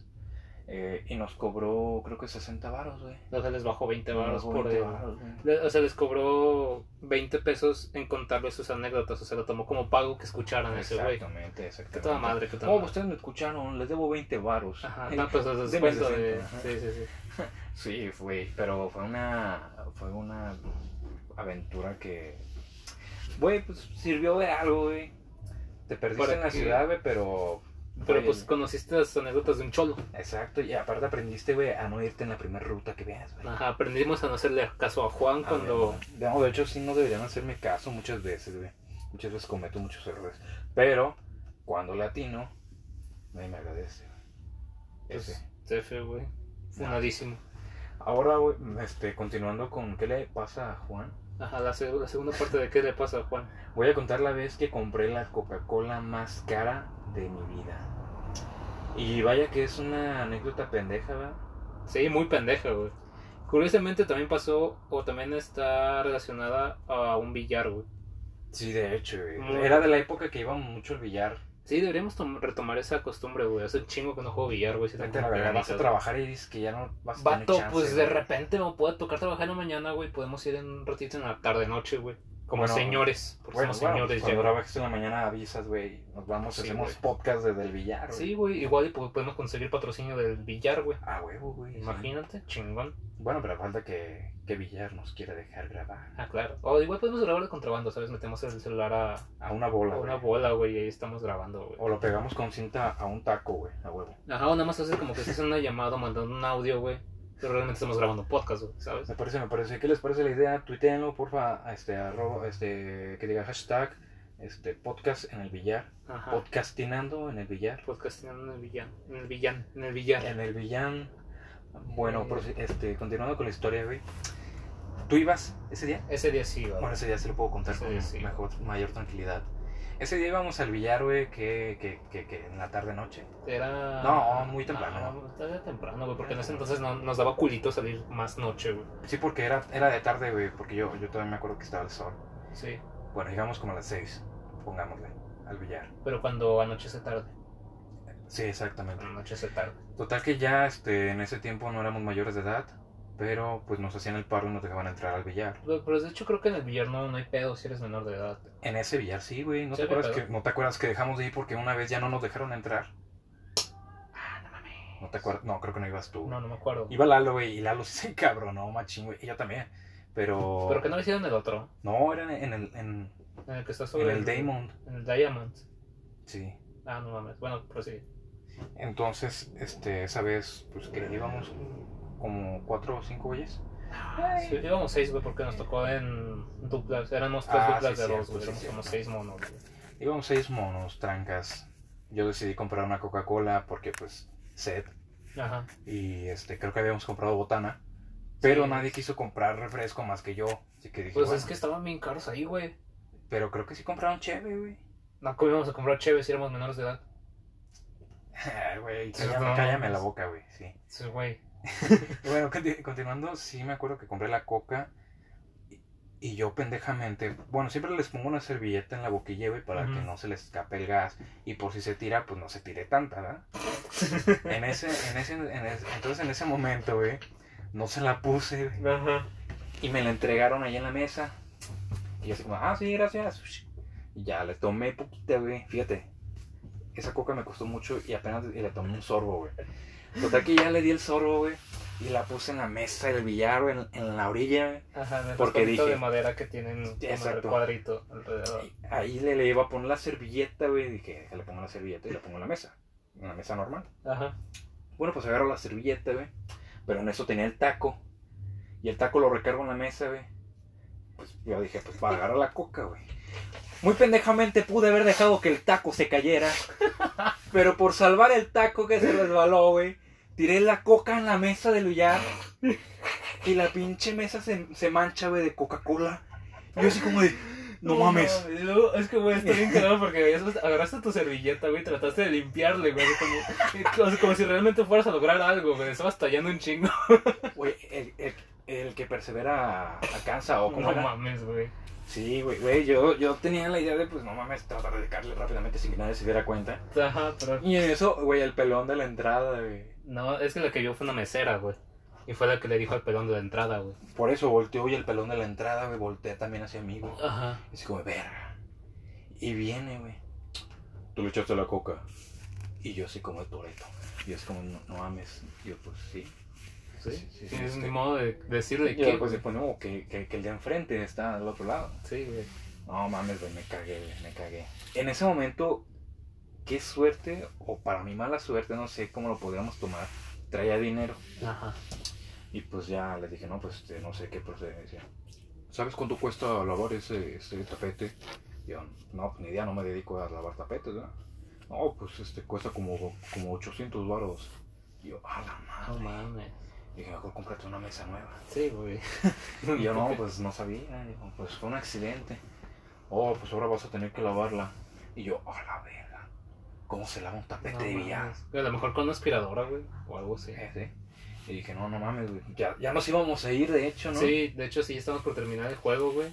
Eh, y nos cobró, creo que 60 varos, güey.
Entonces les bajó 20 baros
Nos
por
20
el-
varos, güey.
le- O sea, les cobró 20 pesos en contarles sus anécdotas. O sea, lo tomó como pago que escucharan a ese güey.
Exactamente, exactamente.
Qué toda madre, qué toda
Oh,
madre.
ustedes me escucharon, les debo 20 varos.
Ajá.
Eh,
No, pues los
Denme
descuento de.
60, ajá.
Sí, sí, sí.
Sí, fue, pero fue una, fue una aventura que, güey, pues sirvió de algo, güey. Te perdiste
Para
en la
que-
ciudad, güey, pero
Pero
Oye,
pues conociste las anécdotas de un cholo.
Exacto, y aparte aprendiste, güey, a no irte en la primera ruta que veas, güey.
Ajá, aprendimos a no hacerle caso a Juan
Ah,
cuando...
güey, No, de hecho, sí, no deberían hacerme caso muchas veces, güey. Muchas veces cometo muchos errores. Pero, cuando latino, nadie me agradece, güey.
Pues,
Ese. pues,
Tefe, güey. Funadísimo.
Ahora, güey, este, continuando con qué le pasa a Juan.
Ajá, la, seg- la segunda parte de qué le pasa a Juan.
Voy a contar la vez que compré la Coca-Cola más cara de mi vida. Y vaya que es una anécdota pendeja, ¿verdad?
Sí, muy pendeja, güey. Curiosamente también pasó, o también está relacionada a un billar, güey.
Sí, de hecho, güey.
Muy.
Era de la época que iba mucho al billar.
Sí, deberíamos tom- retomar esa costumbre, güey. Hace un chingo que no juego billar, güey. sí tengo
Vete a la
como
verga, vas a
pegaditas,
trabajar y dices que ya no vas a tener
Vato,
chance,
pues de
güey.
repente me puede tocar trabajar en la mañana, güey. Podemos ir en un ratito en la tarde, noche, güey. Como
Bueno,
señores. Porque
Bueno,
somos
bueno, pues,
señores
cuando
ya.
trabajes en la mañana avisas, güey. Nos vamos,
Sí,
hacemos
güey.
podcast desde el billar, güey.
Sí, güey. Igual y po- podemos conseguir patrocinio del billar, güey.
A huevo, güey. sí.
Imagínate, chingón.
Bueno, pero falta que, que billar nos quiera dejar grabar.
Ah, claro. O igual podemos grabar de contrabando, ¿sabes? Metemos el celular a,
A una
a
bola,
una
güey.
bola, güey, y ahí estamos grabando, güey.
O lo pegamos con cinta a un taco, güey. A huevo.
Ajá, o nada más haces como que estás en una llamada, mandando un audio, güey. Pero realmente estamos grabando un podcast, güey, ¿sabes?
Me parece, me parece. ¿Qué les parece la idea? Tuiteenlo, porfa, a este, arroba, este, que diga hashtag, este, podcast en el billar,
Ajá.
podcastinando en el billar,
Podcastinando en el villano, en el villano, en el villano.
en el villán. Bueno,
Eh.
prosi- este, continuando con la historia, güey. ¿Tú ibas ese día?
Ese día sí, güey.
Bueno, ese día se lo puedo contar
Ese
con
día sí.
mejor, mayor tranquilidad. Ese día íbamos al billar, güey, que, que, que, que en la tarde-noche.
Era...
No, muy temprano.
Ah, estaba temprano, güey, porque en ese entonces no, nos daba culito salir más noche, güey.
Sí, porque era, era de tarde, güey, porque yo, yo todavía me acuerdo que estaba el sol.
Sí,
Bueno, llegamos como a las 6, pongámosle, al billar.
pero cuando anochece tarde,
Sí, exactamente.
anochece tarde.
Total que ya este, en ese tiempo no éramos mayores de edad, pero pues nos hacían el paro y nos dejaban entrar al billar.
Pero pero de hecho creo que en el billar no, no hay pedo si eres menor de edad.
En ese billar sí, güey, ¿no,
Sí,
te acuerdas
pero-
que- ¿no te acuerdas que dejamos de ir porque una vez ya no nos dejaron entrar?
Ah, no mames.
No te acuerdas, no, creo que no ibas tú.
No, no me acuerdo.
Iba Lalo, güey, y Lalo sí se encabronó, machín, güey, y yo también. Pero...
Pero que no lo hicieron en el otro,
No, era en el, en,
en el que está sobre
en el Damon,
En el Diamond.
sí.
Ah, no mames. Bueno, pero sí.
Entonces, este, esa vez, pues que íbamos como cuatro o cinco güeyes.
Sí, íbamos seis, güey, porque nos tocó en duplas. Éramos tres
Ah,
duplas
sí,
de dos,
cierto,
güey.
sí,
Éramos
cierto.
como seis monos, güey.
Íbamos seis monos, trancas. Yo decidí comprar una Coca-Cola porque, pues, sed.
Ajá.
Y este, creo que habíamos comprado botana. Pero
Sí.
nadie quiso comprar refresco más que yo. Así que dije,
Pues
"Bueno".
es que estaban bien caros ahí, güey.
pero creo que sí compraron cheve, güey.
No comíamos a comprar chévere si éramos menores de edad.
Ay, güey,
Sí,
cállame,
no.
cállame la boca, güey, sí.
Sí, güey.
Bueno, conti- continuando, sí me acuerdo que compré la coca. y- Y yo pendejamente, bueno, siempre les pongo una servilleta en la boquilla, güey, para que
Ujú.
no se les escape el gas. Y por si se tira, pues no se tire tanta, ¿verdad? En ese, en ese, en ese- entonces en ese momento, güey, no se la puse, güey.
Ajá.
Y me la entregaron ahí en la mesa. Y yo así como, ah, sí, gracias. Y ya le tomé poquita, güey. Fíjate. Esa coca me costó mucho y apenas y le tomé un sorbo, güey. Total que ya le di el sorbo, güey. Y la puse en la mesa del billar, güey, en, en la orilla, güey.
Ajá, en el
Porque
cosito
dije-
de madera que tienen como el
Exacto.
cuadrito alrededor.
Y Ahí le, le iba a poner la servilleta, güey. Dije, déjale, pongo la servilleta y la pongo en la mesa. En la mesa normal.
Ajá.
Bueno, pues agarro la servilleta, güey. Pero en eso tenía el taco. Y el taco lo recargo en la mesa, güey. Pues yo dije, pues para agarrar la coca, güey. Muy pendejamente pude haber dejado que el taco se cayera. Pero por salvar el taco que se resbaló, güey. Tiré la coca en la mesa del billar. Y la pinche mesa se, se mancha, güey, de Coca-Cola. Yo así como de, no mames.
mames. Y luego, es que, güey, está bien cagado porque habías- agarraste tu servilleta, güey, y trataste de limpiarle, güey. Como, o sea, como si realmente fueras a lograr algo, güey. Estabas tallando un chingo.
Güey, el, el- el que persevera alcanza o como
No
era.
mames, güey.
Sí, güey, güey, yo, yo tenía la idea de, pues, no mames, tratar de dedicarle rápidamente sin que nadie se diera cuenta.
Ajá, pero
Y en eso, güey, el pelón de la entrada, güey.
No, es que la que vio fue una mesera, güey. Y fue la que le dijo al pelón de la entrada, güey.
Por eso volteó y el pelón de la entrada, güey, voltea también hacia mí, güey.
Ajá.
Y así como, verga. Y viene, güey. Tú le echaste la coca. Y yo así como el toreto. Y es como, no, no mames. Yo, pues, sí.
Sí,
Sí, sí,
Tienes
sí.
un modo de decirle
Y
que.
yo, pues, después, no, que, que, que el de enfrente está al otro lado.
Sí, güey.
No mames, güey, me cagué, güey, me cagué. En ese momento, qué suerte, o para mi mala suerte, no sé cómo lo podríamos tomar, traía dinero.
Ajá.
Y pues ya le dije, no, pues este, no sé qué procedencia. ¿Sabes cuánto cuesta lavar ese, ese tapete? Y Yo, no, pues ni idea, no me dedico a lavar tapetes, ¿verdad? No, pues este, cuesta como, como 800 varos. Y yo, a la
No
madre.
mames.
Dije, mejor cómprate una mesa nueva.
Sí, güey.
Y yo, no, pues no sabía. Digo, pues fue un accidente. Oh, pues ahora vas a tener que lavarla. Y yo, a la verga. ¿Cómo se lava un tapete de
No
villa?
mames. A lo mejor con una aspiradora, güey. O algo así.
Eh, sí. Y dije, no, no mames, güey. Ya, ya nos íbamos a ir, de hecho, ¿no?
Sí, de hecho sí, ya estamos por terminar el juego, güey.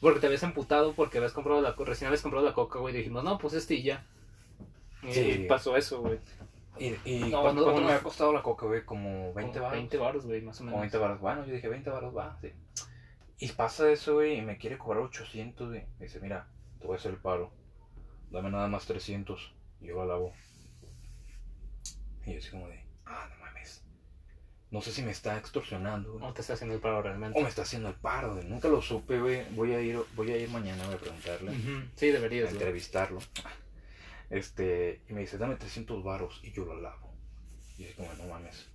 Porque te habías emputado porque habías comprado la, co- recién habías comprado la coca, güey. Dijimos, no, pues este y ya. Y
Sí.
pasó eso, güey.
¿Y, y
No,
cuánto,
no,
cuánto
no.
me ha costado la coca, güey? Como 20
Como
baros.
20 baros, güey, más o
Como
menos.
20 baros. Bueno, yo dije 20 baros, va, sí. Y pasa eso, güey, y me quiere cobrar 800, güey. Me dice, mira, te voy a hacer el paro. Dame nada más 300. Y yo la lavo. Y yo así como de, ah, no mames. No sé si me está extorsionando, güey.
No te está haciendo el paro realmente.
O me está haciendo el paro, güey. Nunca lo supe, güey. Voy a ir, voy a ir mañana, voy a preguntarle
Ujú. Sí,
a
deberías, güey.
entrevistarlo. Este, y me dice, dame 300 varos y yo lo lavo. Y es como, no mames,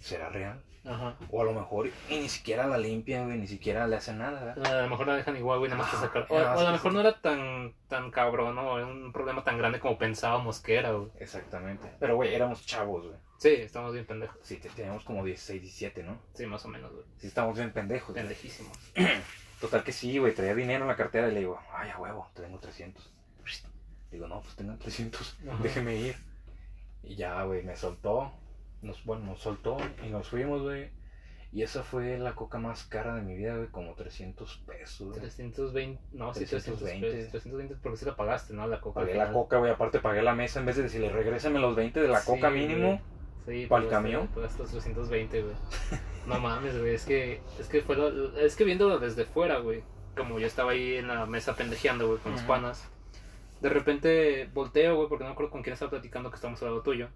¿será real?
Ajá.
O a lo mejor, y ni siquiera la limpian, güey, ni siquiera le hacen nada. ¿verdad?
A lo mejor la dejan igual, güey, nada más que
Ah,
sacar. O,
nada más
o a lo
que
mejor no era tan, tan cabrón, ¿no? Era un problema tan grande como pensábamos que era, güey.
Exactamente. Pero, güey, éramos chavos, güey.
Sí, estamos bien pendejos.
Sí, te- teníamos como 16, 17, ¿no?
Sí, más o menos, güey.
Sí, estábamos bien pendejos. güey.
Pendejísimos.
Total que sí, güey, traía dinero en la cartera y le digo, ay, a huevo, te tengo 300. Digo, no, pues tengan 300,
Ajá.
déjeme ir. Y ya, güey, me soltó. Nos, bueno, nos soltó y nos fuimos, güey. Y esa fue la coca más cara de mi vida, güey, como 300 pesos. güey.
320, no, sí,
320.
320. 320 porque sí la pagaste, ¿no? La coca. al
Pagué la
final.
coca, güey, aparte pagué la mesa en vez de decirle, regrésame los 20 de la
Sí,
coca mínimo.
Sí,
¿Para
pagaste-
el camión?
Pagaste los 320, güey. No mames, güey. Es que, es que fue lo- es que viéndolo desde fuera, güey. Como yo estaba ahí en la mesa pendejeando, güey, con los
Ujú.
panas. De repente volteo, güey, porque no me acuerdo con quién estaba platicando que estamos al lado tuyo.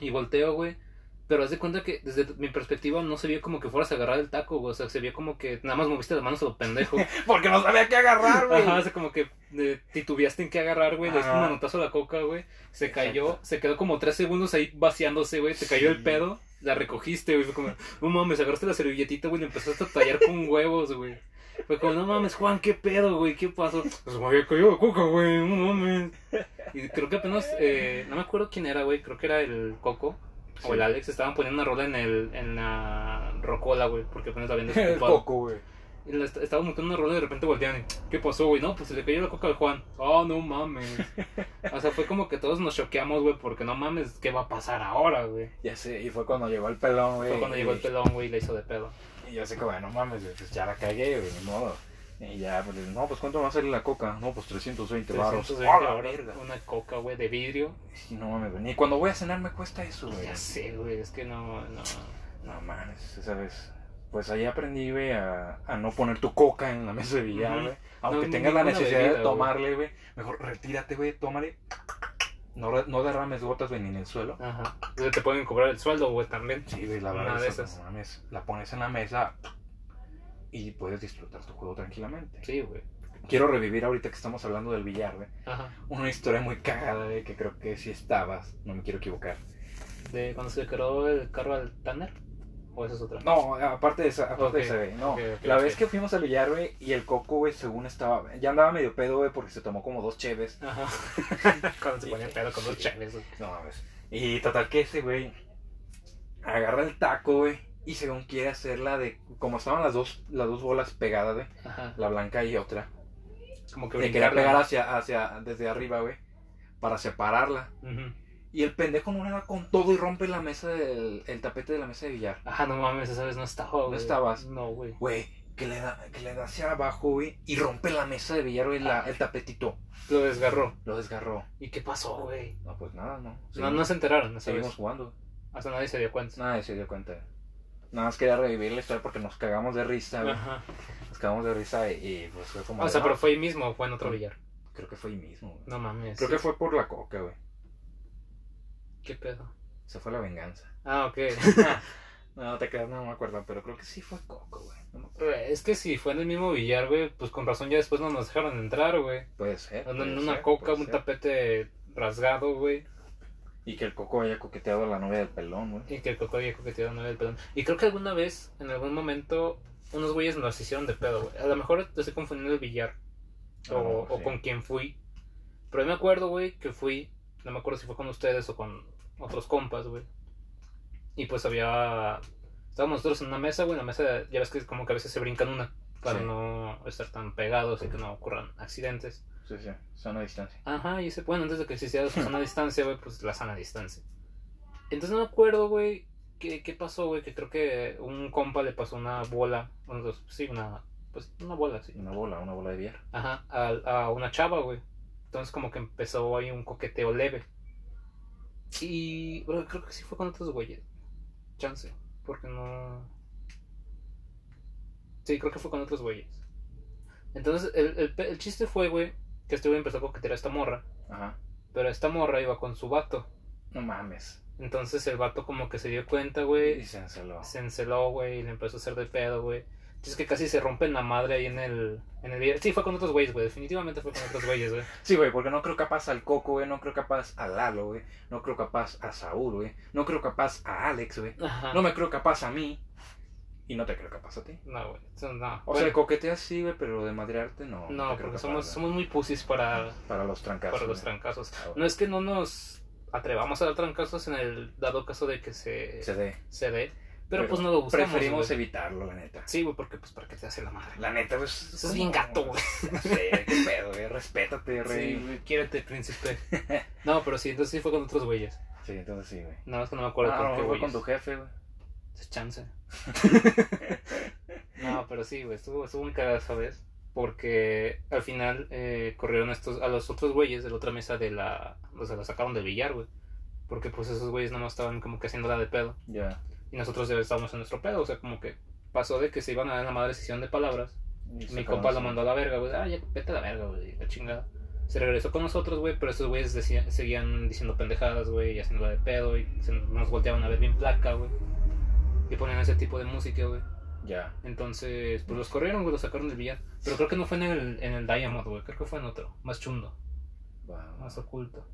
Y volteo, güey. Pero haz de cuenta que desde tu- mi perspectiva no se vio como que fueras a agarrar el taco, güey. O sea, se vio como que nada más moviste las manos a lo pendejo.
Porque no sabía qué agarrar, güey.
Ajá, o sea, como que eh, titubeaste en qué agarrar, güey. Le diste un
Ajá.
manotazo a la coca, güey. Se cayó,
Exacto.
se quedó como tres segundos ahí vaciándose, güey. Te cayó el
Sí.
pedo, la recogiste, güey. Fue como, no mames, agarraste la servilletita, güey, y le empezaste a tallar con huevos, güey. Fue como, no mames, Juan, qué pedo, güey, qué pasó. Pues me había caído la coca, güey, no mames. Y creo que apenas, eh, no me acuerdo quién era, güey. Creo que era el Coco.
Sí.
O el Alex estaban poniendo una rola en, el, en la rocola, güey, porque apenas la habían
El
desocupado.
coco, güey.
Y la est- Estaba montando una rola y de repente volteaban y, ¿qué pasó, güey? No, pues se le cayó la coca al Juan. Oh, no mames. O sea, fue como que todos nos choqueamos, güey, porque no mames, ¿qué va a pasar ahora, güey?
Ya sé, y fue cuando llegó el pelón, güey.
Fue cuando llegó el
y-
pelón, güey, y le hizo de pedo.
Y yo así como, no mames, güey, pues ya la cagué, güey, ni modo. Y ya, pues, no, pues ¿cuánto me va a salir la coca? No, pues 320 baros.
320
¡A la
varos,
verga!
Una coca, güey, de vidrio.
Sí, no mames, güey, ni cuando voy a cenar me cuesta eso, güey.
Ya sé, güey, es que no, no.
No mames, esa vez. Pues ahí aprendí, güey, a, a no poner tu coca en la mesa de billar,
Ujú.
güey. Aunque
No,
tengas la
ninguna
necesidad
bebida,
de tomarle, güey, mejor retírate, güey, tómale. No, re- no derrames gotas, güey, ni en el suelo.
Ajá. Entonces te pueden cobrar el sueldo, güey, también.
Sí, güey, la
Una
verdad
de
eso,
esas.
no mames. La pones en la mesa y puedes disfrutar tu juego tranquilamente.
Sí, güey.
Quiero revivir ahorita que estamos hablando del billar, güey.
Ajá.
Una historia muy cagada, güey, que creo que sí estabas. No me quiero equivocar.
De cuando se le quedó el carro al Tanner. O esa es otra.
No, aparte de esa, aparte
Ok,
de esa, güey. No,
ok, ok,
la
ok.
vez que fuimos al billar, güey, y el coco, güey, según estaba. Ya andaba medio pedo, güey, porque se tomó como dos cheves.
Ajá. cuando se ponía pedo con los
Sí.
chaves, güey.
No mames. Y total que ese, güey, agarra el taco, güey, y según quiere hacerla de. Como estaban las dos, las dos bolas pegadas, güey,
Ajá.
la blanca y otra.
Como que
Le quería
brincarla.
pegar hacia, hacia, desde arriba, güey, para separarla.
Ujú.
Y el pendejo no le da con todo y rompe la mesa del, el tapete de la mesa de billar.
Ajá, Ah, no mames, esa vez no estaba, güey.
estabas?
No, güey.
Güey, que le da, que le da hacia abajo, güey, y rompe la mesa de billar, güey, la- el tapetito.
Lo desgarró.
Lo desgarró.
¿Y qué pasó, güey?
No, pues nada, no.
No, no se enteraron, ¿no
seguimos
sabes?
jugando.
Hasta nadie se dio cuenta.
Nadie se dio cuenta. Nada más quería revivir la historia porque nos cagamos de risa, güey.
Ajá.
Nos cagamos de risa y, y, pues fue como.
O
de,
sea,
"No,
pero fue ahí mismo o fue en otro billar.
Creo que fue ahí mismo, güey.
No mames.
Creo que fue por la coca, güey.
¿Qué pedo?
Se fue la venganza.
Ah, ok.
no, te quedas, no me acuerdo, pero creo que sí fue coco, güey. No me acuerdo.
Güey, es que si fue en el mismo billar, güey, pues con razón ya después no nos dejaron entrar, güey.
Puede ser.
Andan en
puede
una
ser,
coca,
puede
un
ser.
tapete rasgado, güey.
Y que el coco haya coqueteado a la novia del pelón, güey.
Y que el coco había coqueteado una vez el pelón. Y creo que alguna vez, en algún momento, unos güeyes nos hicieron de pedo, güey. A lo mejor te estoy confundiendo el billar. O,
Ah,
o
sí.
con quien fui. Pero yo me acuerdo, güey, que fui. No me acuerdo si fue con ustedes o con otros compas, güey. Y pues había. Estábamos nosotros en una mesa, güey. En la mesa, ya ves que como que a veces se brincan una. Para
Sí.
no estar tan pegados y que no ocurran accidentes.
Sí, sí, sana distancia.
Ajá, y ese, bueno, antes de que existiera la sana distancia, güey, pues la sana distancia. Entonces no me acuerdo, güey, qué, qué pasó, güey, que creo que un compa le pasó una bola, bueno, pues, sí, una, pues una bola, sí.
Una bola, una bola de billar.
Ajá, a, a una chava, güey. Entonces como que empezó ahí un coqueteo leve. Y, bueno, creo que sí fue con otros güeyes. Chance, porque no... Sí, creo que fue con otros güeyes. Entonces, el, el, pe- el chiste fue, güey, que este güey empezó a coquetear a esta morra.
Ajá.
Pero esta morra iba con su vato.
No mames.
Entonces el vato como que se dio cuenta,
Y
güey.
se enceló.
Se enceló, güey, y le empezó a hacer de pedo, güey. Entonces que casi se rompen la madre ahí en el... En el video. Sí, fue con otros güeyes, güey. Definitivamente fue con otros güeyes, güey.
Sí, güey, porque no creo capaz al Coco, güey. No creo capaz a Lalo, güey. No creo capaz a Saúl, güey. No creo capaz a Alex, güey.
Ajá.
No me creo capaz a mí. Y no te creo capaz a ti.
No, güey. Eso No,
O sea,
Bueno,
coqueteas sí, güey, pero de madrearte no.
no,
te creo
porque
capaz,
somos,
güey.
somos muy pusis para,
Para los trancazos.
para los
güey.
trancazos.
Ah, güey.
No es que no nos atrevamos a dar trancazos en el dado caso de que se,
Se
se,
dé.
dé. Pero,
Pero
pues no lo buscamos.
Preferimos
güey.
evitarlo, la neta.
Sí, güey, porque pues para qué te hace la madre.
La neta, pues.
Eso es bien gato, güey.
No sé, qué pedo, güey. Respétate,
Sí,
rey.
güey, quiérete, príncipe. No, pero sí, entonces sí fue con otros güeyes.
Sí, entonces sí, güey.
Nada más que no me acuerdo
Ah, a
con qué
lo mejor fue
güeyes.
con tu jefe, güey.
Se chance. No, pero sí, güey, estuvo, estuvo muy cagada esa vez. Porque al final eh, corrieron estos, a los otros güeyes de la otra mesa de la. O sea, la sacaron del billar, güey. Porque pues esos güeyes nomás estaban como que haciéndola de pedo.
Ya.
Y nosotros ya estábamos en nuestro pedo. O sea, como que pasó de que se iban a dar la madre sesión de palabras. Mi compa lo mandó a la verga, güey. Ah, ya, vete a la verga, güey. La chingada. Se regresó con nosotros, güey, pero esos güeyes decía- seguían diciendo pendejadas, güey, y haciéndola de pedo, y se nos volteaban a ver bien placa, güey. Y ponían ese tipo de música, güey.
Ya.
Entonces, pues los corrieron, güey, los sacaron del billar. Pero creo que no fue en el, en el Diamond, güey. Creo que fue en otro, más chundo,
Va.
más oculto.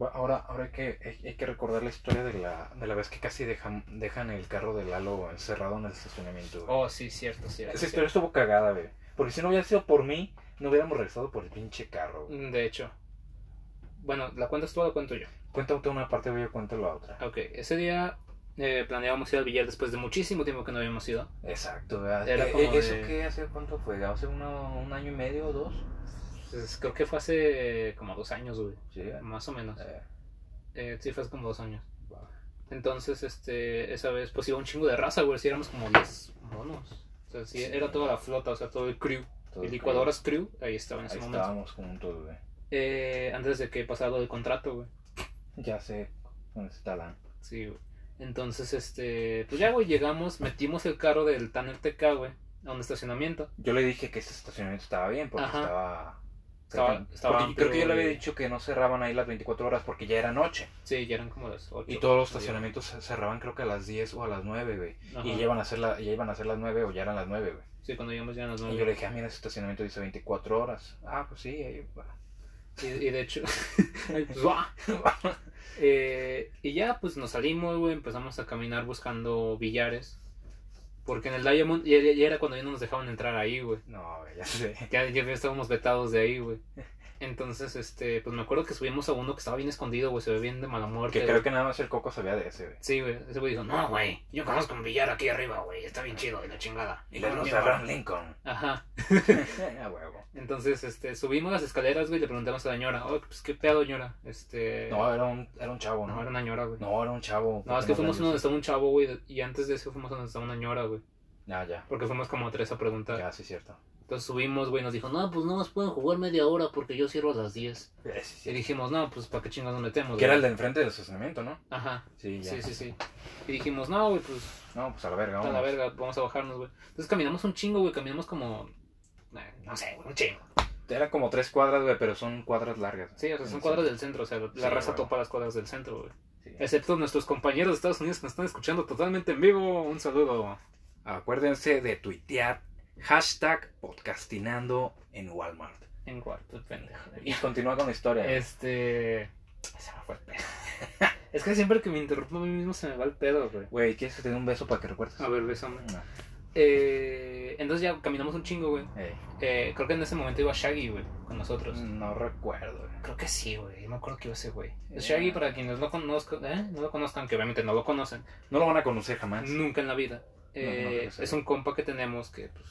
Va, Ahora, ahora hay, que, hay, hay que recordar la historia de la, de la vez que casi dejan, dejan el carro de Lalo encerrado en el estacionamiento. güey.
Oh, sí, cierto, cierto.
Esa historia estuvo cagada, güey. Porque si no hubiera sido por mí, no hubiéramos regresado por el pinche carro. güey.
cierto. De hecho. Bueno, ¿la cuentas tú o la cuento yo?
Cuenta usted una parte, güey, yo cuento la otra.
Ok, ese día eh, planeábamos ir al billar después de muchísimo tiempo que no habíamos ido.
Exacto, ¿verdad?
Era
Eh,
como
eh, ¿Eso
de-
qué? ¿Hace cuánto fue? ¿Hace uno- un año y medio o dos?
Entonces, Pues, creo que fue hace como dos años, güey.
Sí. eh.
Más o menos.
Eh,
Eh, sí, fue hace como dos años.
va.
Entonces, este, esa vez, pues iba un chingo de raza, güey. Si éramos como 10 monos. O sea, sí,
Sí.
era toda la flota, o sea, todo el crew.
Todo
el licuadoras crew, ahí estaba en
Ahí
ese momento.
estábamos juntos, güey.
Eh, antes de que pasara lo del contrato, güey.
Ya sé, con ese talán.
Sí, güey. Entonces, este, pues ya, güey, llegamos, metimos el carro del Tanner TK, güey, a un estacionamiento.
Yo le dije que este estacionamiento estaba bien porque
Ajá.
estaba...
Estaba-
porque-
estaba
porque creo que yo le
amplio
había
y-
dicho que no cerraban ahí las 24 horas porque ya era noche.
Sí, ya eran como las 8.
Y todos los estacionamientos se cerraban creo que a las 10 o a las 9, güey. Y ya iban, a ser la- ya iban a ser las 9 o ya eran las 9, güey.
Sí, cuando llegamos ya a las
Y yo
nueve.
le dije, ah, mira, ese estacionamiento dice 24 horas. Ah, pues sí, ahí va.
Y, y de hecho, ay, pues, ¡buah! Eh, y ya, pues nos salimos, güey, empezamos a caminar buscando billares. Porque en el Diamond ya, ya- ya era cuando ya no nos dejaban entrar ahí, güey.
No, güey, ya sé.
Ya, ya estábamos vetados de ahí, güey. Entonces, este, pues me acuerdo que subimos a uno que estaba bien escondido, güey, se ve bien de mala muerte.
Porque
güey.
creo que nada más el coco sabía de ese, güey.
Sí, güey, ese güey dijo, no, güey, yo conozco un billar aquí arriba, güey, está bien chido, de la chingada.
Y le
no,
nos
no,
cerraron Lincoln.
Ajá.
a huevo.
Entonces, este, subimos las escaleras, güey, y le preguntamos a la ñora, oh, pues qué pedo, ñora. Este.
No, era un, era un chavo, ¿no?
no, era una ñora, güey.
No, era un chavo.
No, es que fuimos uno donde estaba un chavo, güey, y antes de eso fuimos a donde estaba una ñora, güey.
Ya, ya.
Porque fuimos como tres a preguntar.
Ya, sí, cierto.
Entonces subimos, güey, nos dijo, no, pues no nos pueden jugar media hora porque yo cierro a las 10.
Sí, sí,
Y
sí.
dijimos, no, pues para qué chingados nos metemos.
Que era el
güey?"
de enfrente del estacionamiento, ¿no?
Ajá,
Sí, ya.
sí, sí, sí. Y dijimos, no, güey, pues
No, pues a la verga,
está la
vámonos.
verga, vamos a bajarnos, güey. Entonces caminamos un chingo, güey, caminamos como, eh, no sé, güey, un chingo.
Era como tres cuadras, güey, pero son cuadras largas.
Sí, o sea, son
Sí.
cuadras del centro, o sea, la
Sí,
raza
güey.
topa las cuadras del centro, güey.
Sí.
Excepto nuestros compañeros de Estados Unidos que nos están escuchando totalmente en vivo. Un saludo.
Acuérdense de tuitear hashtag podcastinando en Walmart.
En cuarto, pendejo.
Y continúa con la historia.
Este.
Se me fue el pedo.
Es que siempre que me interrumpo a mí mismo se me va el pedo, güey.
Güey, ¿quieres que te dé un beso para que recuerdes?
A ver, besame.
No.
Eh, entonces ya caminamos un chingo, güey.
Ey, pues,
Eh, creo que en ese momento iba Shaggy, güey, con nosotros.
no recuerdo. güey.
Creo que sí, güey. Yo me acuerdo que iba ese güey.
Yeah.
Shaggy, para quienes no, conozco, ¿eh? no lo conozcan, que obviamente no lo conocen,
No lo van a conocer jamás.
nunca en la vida. Eh,
Ah, no creo que sea.
es un compa que tenemos que, pues.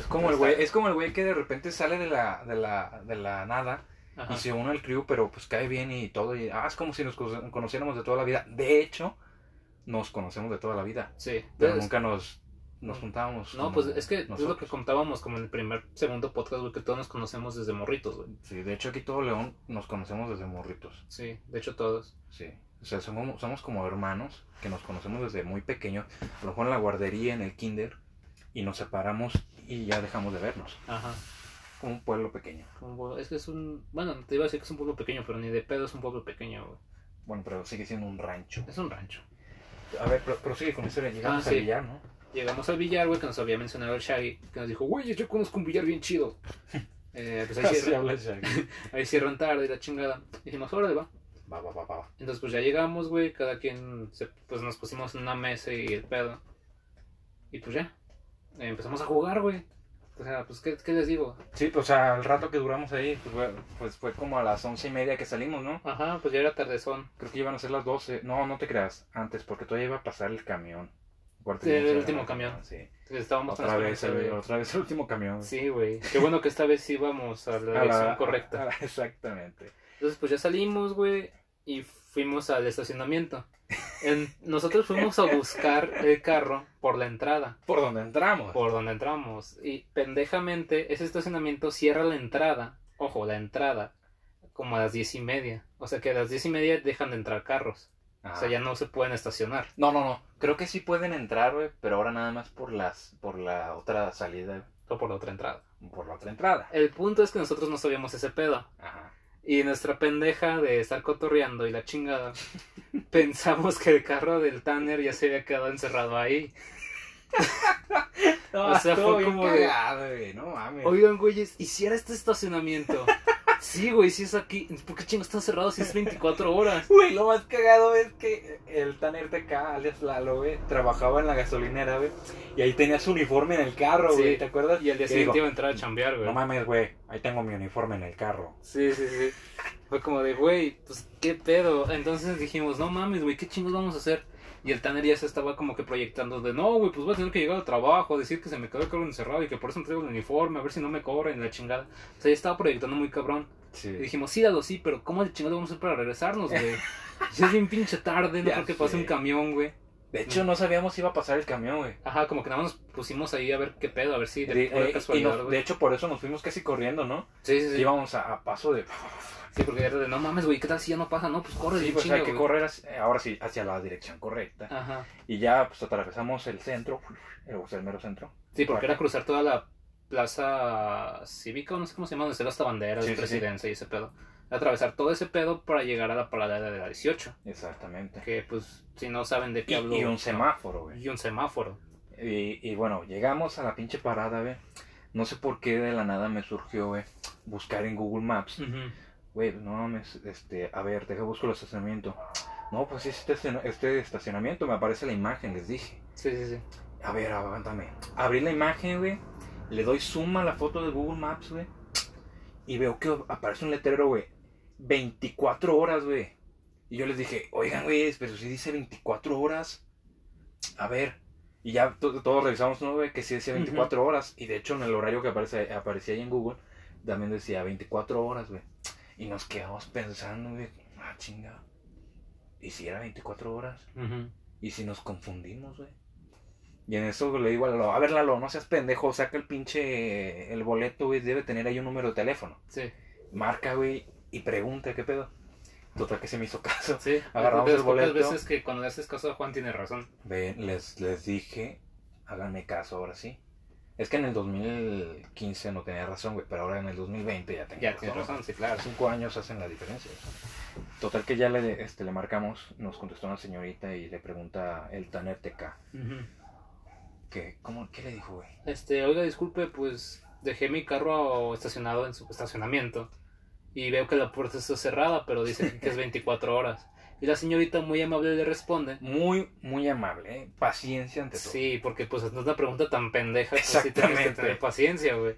Es como el güey, es como el güey que de repente sale de la, de la, de la nada
Ajá.
y se une al crew, pero pues cae bien y todo. Y, ah, es como si nos cono- conociéramos de toda la vida. De hecho, nos conocemos de toda la vida.
Sí.
Pero
Entonces,
nunca nos, nos juntábamos.
Pues, No,
como
pues es que es lo
nosotros.
que contábamos como en el primer, segundo podcast, güey, que todos nos conocemos desde morritos, güey.
Sí, de hecho aquí todo León nos conocemos desde morritos.
Sí, de hecho todos.
Sí. O sea, somos, somos como hermanos que nos conocemos desde muy pequeños. A lo mejor en la guardería, en el kinder. Y nos separamos y ya dejamos de vernos.
Ajá.
Como un pueblo pequeño.
Un pueblo- Es que es un. Bueno, te iba a decir que es un pueblo pequeño, pero ni de pedo es un pueblo pequeño, güey.
Bueno, pero sigue siendo un rancho.
Es un rancho.
A ver, pro- prosigue con la historia. Llegamos
Ah,
al
sí.
billar, ¿no?
Llegamos al billar, güey, que nos había mencionado el Shaggy, que nos dijo, güey, yo conozco un billar bien chido. Eh, pues ahí
Así
cierran,
habla Shaggy.
ahí cierran tarde y la chingada. Dijimos, órale, va.
Va, va, va, va, va.
Entonces, pues ya llegamos, güey, cada quien, se- pues nos pusimos en una mesa y el pedo. Y pues ya, Eh, empezamos a jugar, güey. O sea, pues, ¿qué, qué les digo?
Sí, pues al rato que duramos ahí, pues fue, pues fue como a las once y media que salimos, ¿no?
Ajá, pues ya era tardezón.
Creo que iban a ser las 12. No, no te creas. Antes, porque todavía iba a pasar el camión. Acuérdate
Sí,
que
el
íbamos a
último
ganar.
camión.
Ah, Sí.
Entonces, estábamos
Otra vez,
transparentes,
el,
güey.
otra vez el último camión.
Sí, güey. Qué bueno que esta vez sí íbamos a la
A la-
dirección correcta.
a la- exactamente.
Entonces, pues ya salimos, güey, y fuimos al estacionamiento. En- nosotros fuimos a buscar el carro por la entrada,
Por donde entramos.
por donde entramos. Y pendejamente, ese estacionamiento cierra la entrada, ojo, la entrada, como a las diez y media. O sea que a las diez y media dejan de entrar carros.
Ah.
O sea, ya no se pueden estacionar.
No, no, no. Creo que sí pueden entrar, güey. Pero ahora nada más por las por la otra salida,
O por la otra entrada.
por la otra entrada.
El punto es que nosotros no sabíamos ese pedo.
Ajá.
Y nuestra pendeja de estar cotorreando y la chingada, pensamos que el carro del Tanner ya se había quedado encerrado ahí.
o sea,
estuvo
fue
bien
como
cagado,
de... No mames.
Oigan, güeyes, ¿y si era este estacionamiento? Sí, güey, si es aquí. ¿Por qué chingo están cerrados si es 24 horas?
Güey, lo más cagado es que el Tanner TK, alias Lalo, güey, trabajaba en la gasolinera, güey. Y ahí tenía su uniforme en el carro,
Sí.
güey. ¿Te acuerdas?
Y al día
Que
siguiente
dijo,
iba a entrar a chambear, güey.
No mames, güey. Ahí tengo mi uniforme en el carro.
sí, sí, sí. Fue como de, güey, pues qué pedo. Entonces dijimos, no mames, güey, ¿qué chingos vamos a hacer? Y el Tanner ya se estaba como que proyectando de, no, güey, pues voy a tener que llegar al trabajo, decir que se me quedó el carro encerrado y que por eso no traigo el uniforme, a ver si no me cobran y la chingada. O sea, ya estaba proyectando muy cabrón. Y
Sí.
dijimos, sí, dado, sí, pero ¿cómo de chingado vamos a hacer para regresarnos, güey? Ya es bien pinche tarde, no
Ya
creo que pase
sé.
un camión, güey.
De hecho, no sabíamos si iba a pasar el camión, güey.
Ajá, como que nada más nos pusimos ahí a ver qué pedo, a ver si de
De,
pura
eh, y
casualidad,
nos-
güey.
de hecho, por eso nos fuimos casi corriendo, ¿no?
Sí, sí, sí.
Íbamos a, a paso de...
Sí, porque era de, no mames, güey, ¿qué tal si ya no pasa? No, pues corre,
Sí,
bien
pues
chinga,
hay que
güey.
correr hacia- ahora sí hacia la dirección correcta.
Ajá.
Y ya, pues atravesamos el centro, o sea, el mero centro.
Sí, porque
Ajá.
era cruzar toda la plaza cívica, o no sé cómo se llama, donde están las banderas,
Sí,
de
sí, sí.
presidencia y ese pedo. Atravesar todo ese pedo para llegar a la parada de la 18.
Exactamente.
Que, pues, si no saben de
Y,
qué hablo. pues,
y un
no.
semáforo, güey.
Y un semáforo.
Y, y bueno, llegamos a la pinche parada, güey. No sé por qué de la nada me surgió, güey, buscar en Google Maps. Güey, no mames, este, a ver, deja busco el estacionamiento. No, pues sí, este, estacion- este estacionamiento me aparece la imagen, les dije.
Sí, sí, sí.
A ver, aguántame. Abrí la imagen, güey. Le doy zoom a la foto de Google Maps, güey. Y veo que aparece un letrero, güey. 24 horas, güey. Y yo les dije, oigan, güey, pero si dice 24 horas. A ver. Y ya to- todos revisamos, ¿no, güey? Que sí decía 24 horas. Y de hecho, en el horario que aparece, aparecía ahí en Google, también decía 24 horas, güey. Y nos quedamos pensando, güey. Ah, chinga. ¿Y si era 24 horas?
Ujú.
¿Y si nos confundimos, güey? Y en eso le digo a Lalo, a ver Lalo, no seas pendejo, saca el pinche, el boleto, güey, debe tener ahí un número de teléfono.
Sí,
Marca, güey, y pregunta, ¿qué pedo? Total que se me hizo caso.
sí.
Agarramos
de
el
las
boleto.
pocas veces que cuando le haces caso a Juan tiene razón.
Ve, les, les dije, háganme caso ahora sí. Es que en el 2015 no tenía razón, güey, pero ahora en el 2020 ya tengo
Ya tiene razón, sí, claro.
Cinco años hacen la diferencia. Total que ya le, este, le marcamos, nos contestó una señorita y le pregunta el Tanner TK,
Ujú.
que, ¿cómo, ¿qué le dijo, güey?
Este, oiga, disculpe, pues dejé mi carro estacionado en su estacionamiento y veo que la puerta está cerrada, pero dice que es 24 horas. Y la señorita muy amable le responde.
Muy, muy amable, ¿eh? Paciencia ante todo.
Sí, porque pues no es una pregunta tan pendeja, pues sí tienes que
Exactamente.
tener paciencia, güey.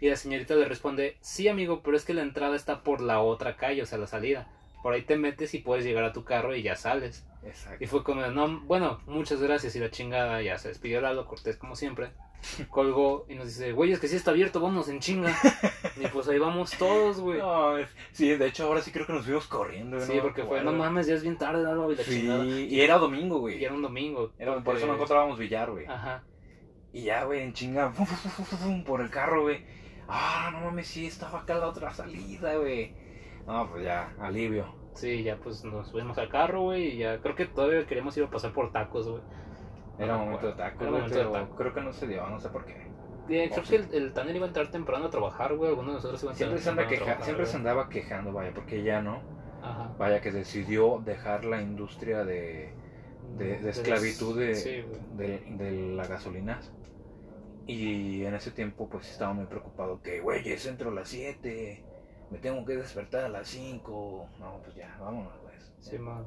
Y la señorita le responde, sí amigo, pero es que la entrada está por la otra calle, o sea, la salida. Por ahí te metes y puedes llegar a tu carro y ya sales.
Exacto.
Y fue como, no, bueno, muchas gracias y la chingada ya se despidió Lalo Cortés como siempre. Colgó y nos dice, güey, es que sí está abierto, vámonos en chinga. Y pues ahí vamos todos, güey.
No, es- sí, de hecho ahora sí creo que nos fuimos corriendo.
sí, porque fue, no mames, ya es bien tarde, Lalo, y la
Sí,
chingada.
y era domingo, güey.
Y era un domingo.
Era- por eso
porque-
no
Ah.
encontrábamos billar, güey.
Ajá.
Y ya, güey, en chinga, fum, fum, fum, fum, fum, por el carro, güey. Ah, no mames, sí, estaba acá la otra salida, güey. No, pues ya, alivio.
Sí, ya pues nos subimos al carro, güey, y ya creo que todavía queríamos ir a pasar por tacos, güey.
Era
Ajá,
momento de
Ah, bueno,
taco,
era
güey,
momento de
pero
taco.
creo que no se dio, no sé por qué.
Eh, creo que el, el Tanner iba a entrar temprano a trabajar, güey, alguno de nosotros iba a entrar
Siempre se, anda
temprano a
queja-
trabajar,
siempre se
güey.
andaba quejando, vaya, porque ya no.
Ajá.
Vaya, que decidió dejar la industria de, de- de
los-
esclavitud de,
Sí, güey.
de, de la gasolina. Y en ese tiempo, pues estaba muy preocupado. Que, güey, es entro a las 7, me tengo que despertar a las 5. No, pues ya, vámonos, pues.
Sí, man.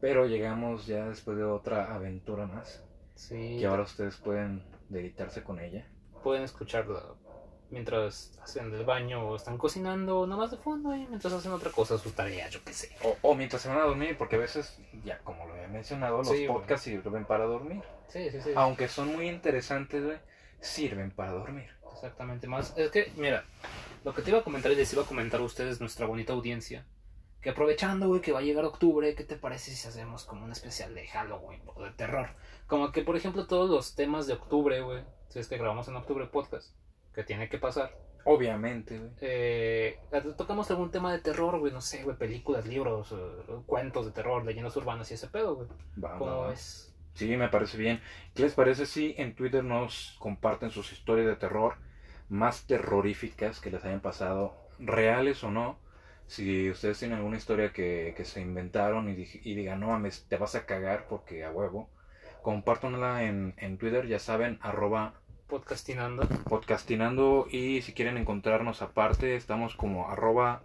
Pero llegamos ya después de otra aventura más.
Sí.
Que ahora ustedes pueden deleitarse con ella.
Pueden escucharla mientras hacen el baño o están cocinando, nomás de fondo, eh, mientras hacen otra cosa, sus tareas, yo qué sé.
O, o mientras se van a dormir, porque a veces, ya como lo había mencionado, los
Sí, güey.
podcasts sirven para dormir.
Sí, sí, sí.
Aunque son muy interesantes, güey, sirven para dormir.
Exactamente, más. Es que, mira, lo que te iba a comentar y les iba a comentar a ustedes, nuestra bonita audiencia, que aprovechando, güey, que va a llegar octubre, ¿qué te parece si hacemos como un especial de Halloween o de terror? Como que, por ejemplo, todos los temas de octubre, güey, si es que grabamos en octubre podcast, que tiene que pasar,
Obviamente, güey.
eh, tocamos algún tema de terror, güey, no sé, güey, películas, libros, eh, cuentos de terror, leyendas urbanas y ese pedo, güey.
Va, va,
¿Cómo
va.
es?
Sí, me parece bien. ¿Qué les parece si en Twitter nos comparten sus historias de terror más terroríficas que les hayan pasado, reales o no? Si ustedes tienen alguna historia que, que se inventaron y, dij- y digan, no mames, te vas a cagar porque a huevo, compártanla en, en Twitter, ya saben, arroba
Podcastinando.
podcastinando y si quieren encontrarnos aparte, estamos como arroba...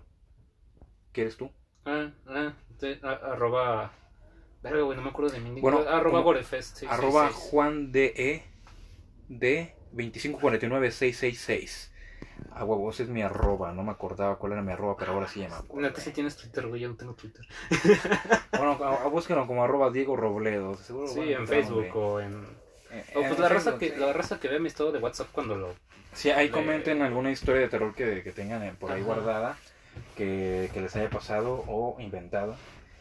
¿Qué eres tú?
Ah, ah, te- a- arroba. Verga, güey, no me acuerdo de mi
Bueno,
nick. Arroba
como-
Gorefest. sí, sí,
arroba
sí, sí.
Juan E, DE de 2549666. A Ah, huevo, ese es mi arroba, no me acordaba cuál era mi arroba, pero ahora sí ya me acuerdo.
Ah, Neta, si tienes Twitter, güey, yo no tengo Twitter.
Bueno, a- a- búsquenlo como arroba Diego Robledo, seguro.
Sí, en Facebook o en. O pues la raza, que, la raza que ve mi estado de WhatsApp cuando lo.
Sí, ahí
de-
comenten alguna historia de terror que, que tengan eh, por ahí
Ajá.
guardada, que, que les haya pasado o inventado.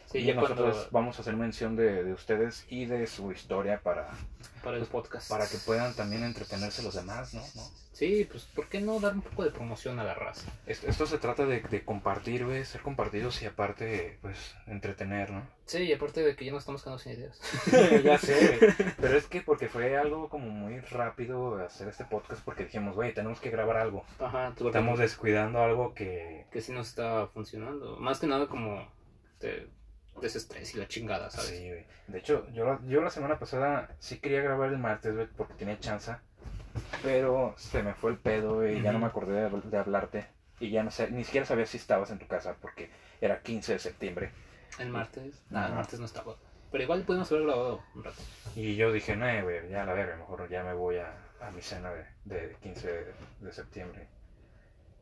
Sí,
y
ya cuando.
nosotros vamos a hacer mención de, de ustedes y de su historia para,
Para el podcast.
para que puedan también entretenerse los demás, ¿no? ¿No?
Sí, pues, ¿por qué no dar un poco de promoción a la raza?
Esto, esto se trata de, de compartir, güey, ser compartidos y aparte, pues, entretener, ¿no?
Sí, y aparte de que ya nos estamos quedando sin ideas.
ya sé, güey. Pero es que porque fue algo como muy rápido hacer este podcast porque dijimos, güey, tenemos que grabar algo.
Ajá, tú
Estamos descuidando algo que...
Que sí nos está funcionando. Más que nada como. Te desestrés y la chingada, ¿sabes?
Sí, güey. De hecho, yo la, yo la semana pasada sí quería grabar el martes, güey, porque tenía chance. Pero se me fue el pedo, güey, y ya no me acordé de, de hablarte. Y ya no sé, ni siquiera sabía si estabas en tu casa porque era 15 de septiembre.
El martes.
Ajá.
Nada, el martes no estaba. Pero igual pudimos haber grabado un rato.
Y yo dije, no, güey, ya la verga, mejor ya me voy a, a mi cena de, de 15 de, de septiembre.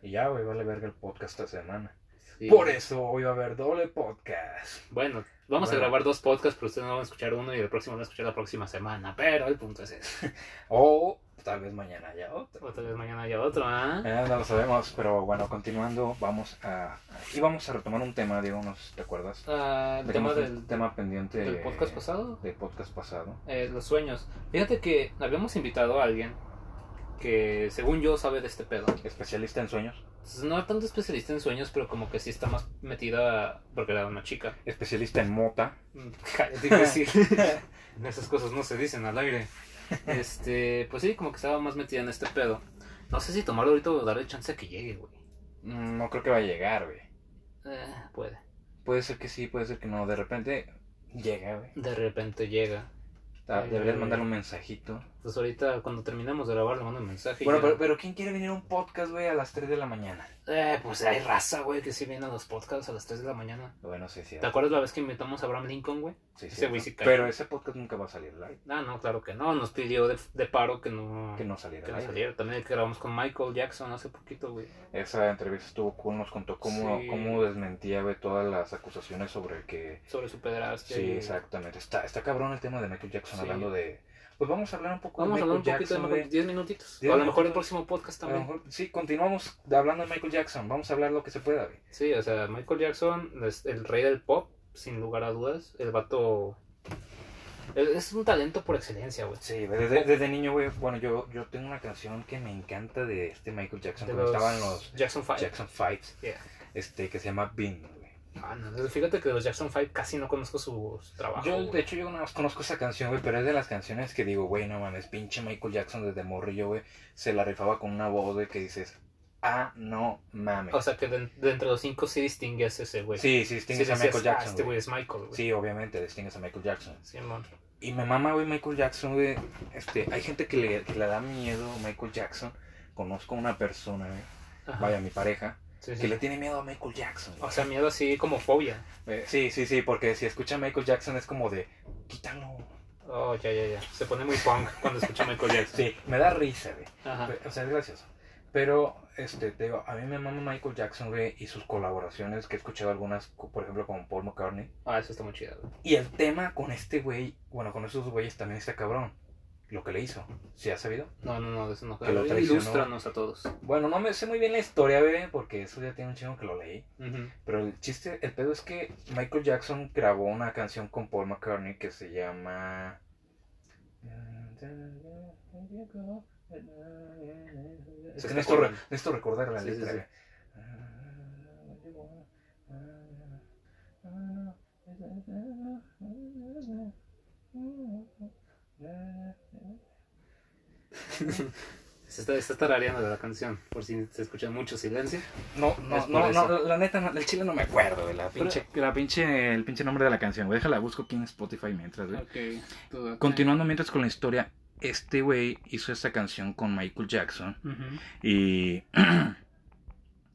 Y ya, güey, vale verga el podcast esta semana.
Sí.
Por eso hoy va a haber doble podcast.
Bueno, vamos
Bueno.
a grabar dos podcasts, pero ustedes no van a escuchar uno y el próximo van a escuchar la próxima semana. Pero el punto es ese.
O tal vez mañana ya otro.
Otra vez mañana haya otro, ¿ah?
Eh, no lo sabemos, pero bueno, continuando, vamos a... Y vamos a retomar un tema, Diego, ¿no? sé si ¿te acuerdas?
Ah, el tema
Dejamos un este
del,
tema pendiente
del podcast pasado,
Del podcast pasado.
eh, los sueños. Fíjate que habíamos invitado a alguien que, según yo, sabe de este pedo.
Especialista en sueños.
pues, No es tanto especialista en sueños, pero como que sí está más metida porque era una chica.
Especialista en mota.
Cállate, imbécil. Esas cosas no se dicen al aire. Este, pues sí, como que estaba más metida en este pedo. No sé si tomarlo ahorita o darle chance a que llegue, güey.
Mm, No creo que va a llegar, güey.
Eh, puede.
Puede ser que sí, puede ser que no. De repente llega, güey.
De repente llega.
Ah,
Eh,
Deberías mandar un mensajito.
Pues ahorita, cuando terminamos de grabar, le mando un mensaje. y
Bueno,
ya-
pero, pero ¿quién quiere venir a un podcast, güey, a las 3 de la mañana?
Eh, pues hay raza, güey, que sí viene a los podcasts a las 3 de la mañana.
Bueno, sí, sí.
¿Te acuerdas la vez que invitamos a Abraham Lincoln, güey?
sí,
ese
cierto.
güey sí cae.
Pero ese podcast nunca va a salir, ¿verdad?
Ah, no, claro que no. Nos pidió de, de paro que no,
Que no saliera.
que no
al aire.
saliera. También el que grabamos con Michael Jackson hace poquito, güey.
Esa entrevista estuvo cool, nos contó cómo,
Sí.
cómo desmentía, güey, todas las acusaciones sobre que
Sobre su pedraste.
Sí, exactamente. Está, está cabrón el tema de Michael Jackson
Sí.
hablando de. Pues vamos a hablar un poco
Vamos a
de
hablar un
Michael
poquito de
Jackson.
Michael, 10 minutitos.
Diez
o a lo mejor el
minutitos.
próximo podcast
güey. A lo
también.
mejor- sí, continuamos hablando de Michael Jackson. Vamos a hablar lo que se pueda. güey.
Sí, o sea, Michael Jackson es el rey del pop, sin lugar a dudas. El vato. Es- Es un talento por excelencia, güey.
Sí, güey, desde, desde niño, güey. Bueno, yo, yo tengo una canción que me encanta de este Michael Jackson.
De
cuando estaban los
Jackson 5.
Jackson Fives.
Yeah.
Este, que se llama Bean, güey.
Ah, no, no, fíjate que de los Jackson 5 casi no conozco su, su trabajo.
Yo,
güey.
de hecho, yo no conozco esa canción, güey, pero es de las canciones que digo, güey, no mames, pinche Michael Jackson desde morrillo, güey, se la rifaba con una voz, güey, que dices, ah, no mames.
O sea, que de, de entre los cinco sí distingues ese, güey.
sí, sí, distingues
Sí
a
decías,
Michael
"Ah,
Jackson,
Este
güey.
güey es Michael, güey.
Sí, obviamente, distingues a Michael Jackson.
Simón.
Y me mama, güey, Michael Jackson, güey. Este, hay gente que le, que le da miedo a Michael Jackson. Conozco a una persona, güey,
Ajá.
vaya, mi pareja,
Sí, sí.
que le tiene miedo a Michael Jackson.
O sea, miedo así como fobia.
Eh, sí, sí, sí, porque si escucha a Michael Jackson es como de, quítalo.
Oh, ya, ya, ya. Se pone muy punk cuando escucha Michael Jackson.
Sí, me da risa, güey.
Ajá.
O sea, es gracioso. Pero, este, te digo, a mí me mama Michael Jackson, güey, y sus colaboraciones, que he escuchado algunas, co- por ejemplo, con Paul McCartney.
Ah, eso está muy chido, güey.
Y el tema con este güey, bueno, con esos güeyes también está cabrón. Lo que le hizo, ¿sí has sabido?
No, no, no, de eso no.
Que lo
A ver,
traicionó.
Ilústranos a todos.
Bueno, no me sé muy bien la historia, güey, porque eso ya tiene un chingo que lo leí.
Ujú.
Pero el chiste, el pedo es que Michael Jackson grabó una canción con Paul McCartney que se llama... Es que
está
necesito, re-
acordando.
necesito recordar la
Sí, sí,
letra. eh.
sí.
güey.
Se está, está tarareando la canción, por si se escucha mucho silencio.
No,
Es
no,
por
no, no,
eso.
la, la neta, no, el chile no me acuerdo de la
Pero-
pinche, la pinche, el pinche nombre de la canción, güey. Déjala, busco aquí en Spotify mientras, güey.
Ok.
Continuando mientras con la historia, este güey hizo esta canción con Michael Jackson y...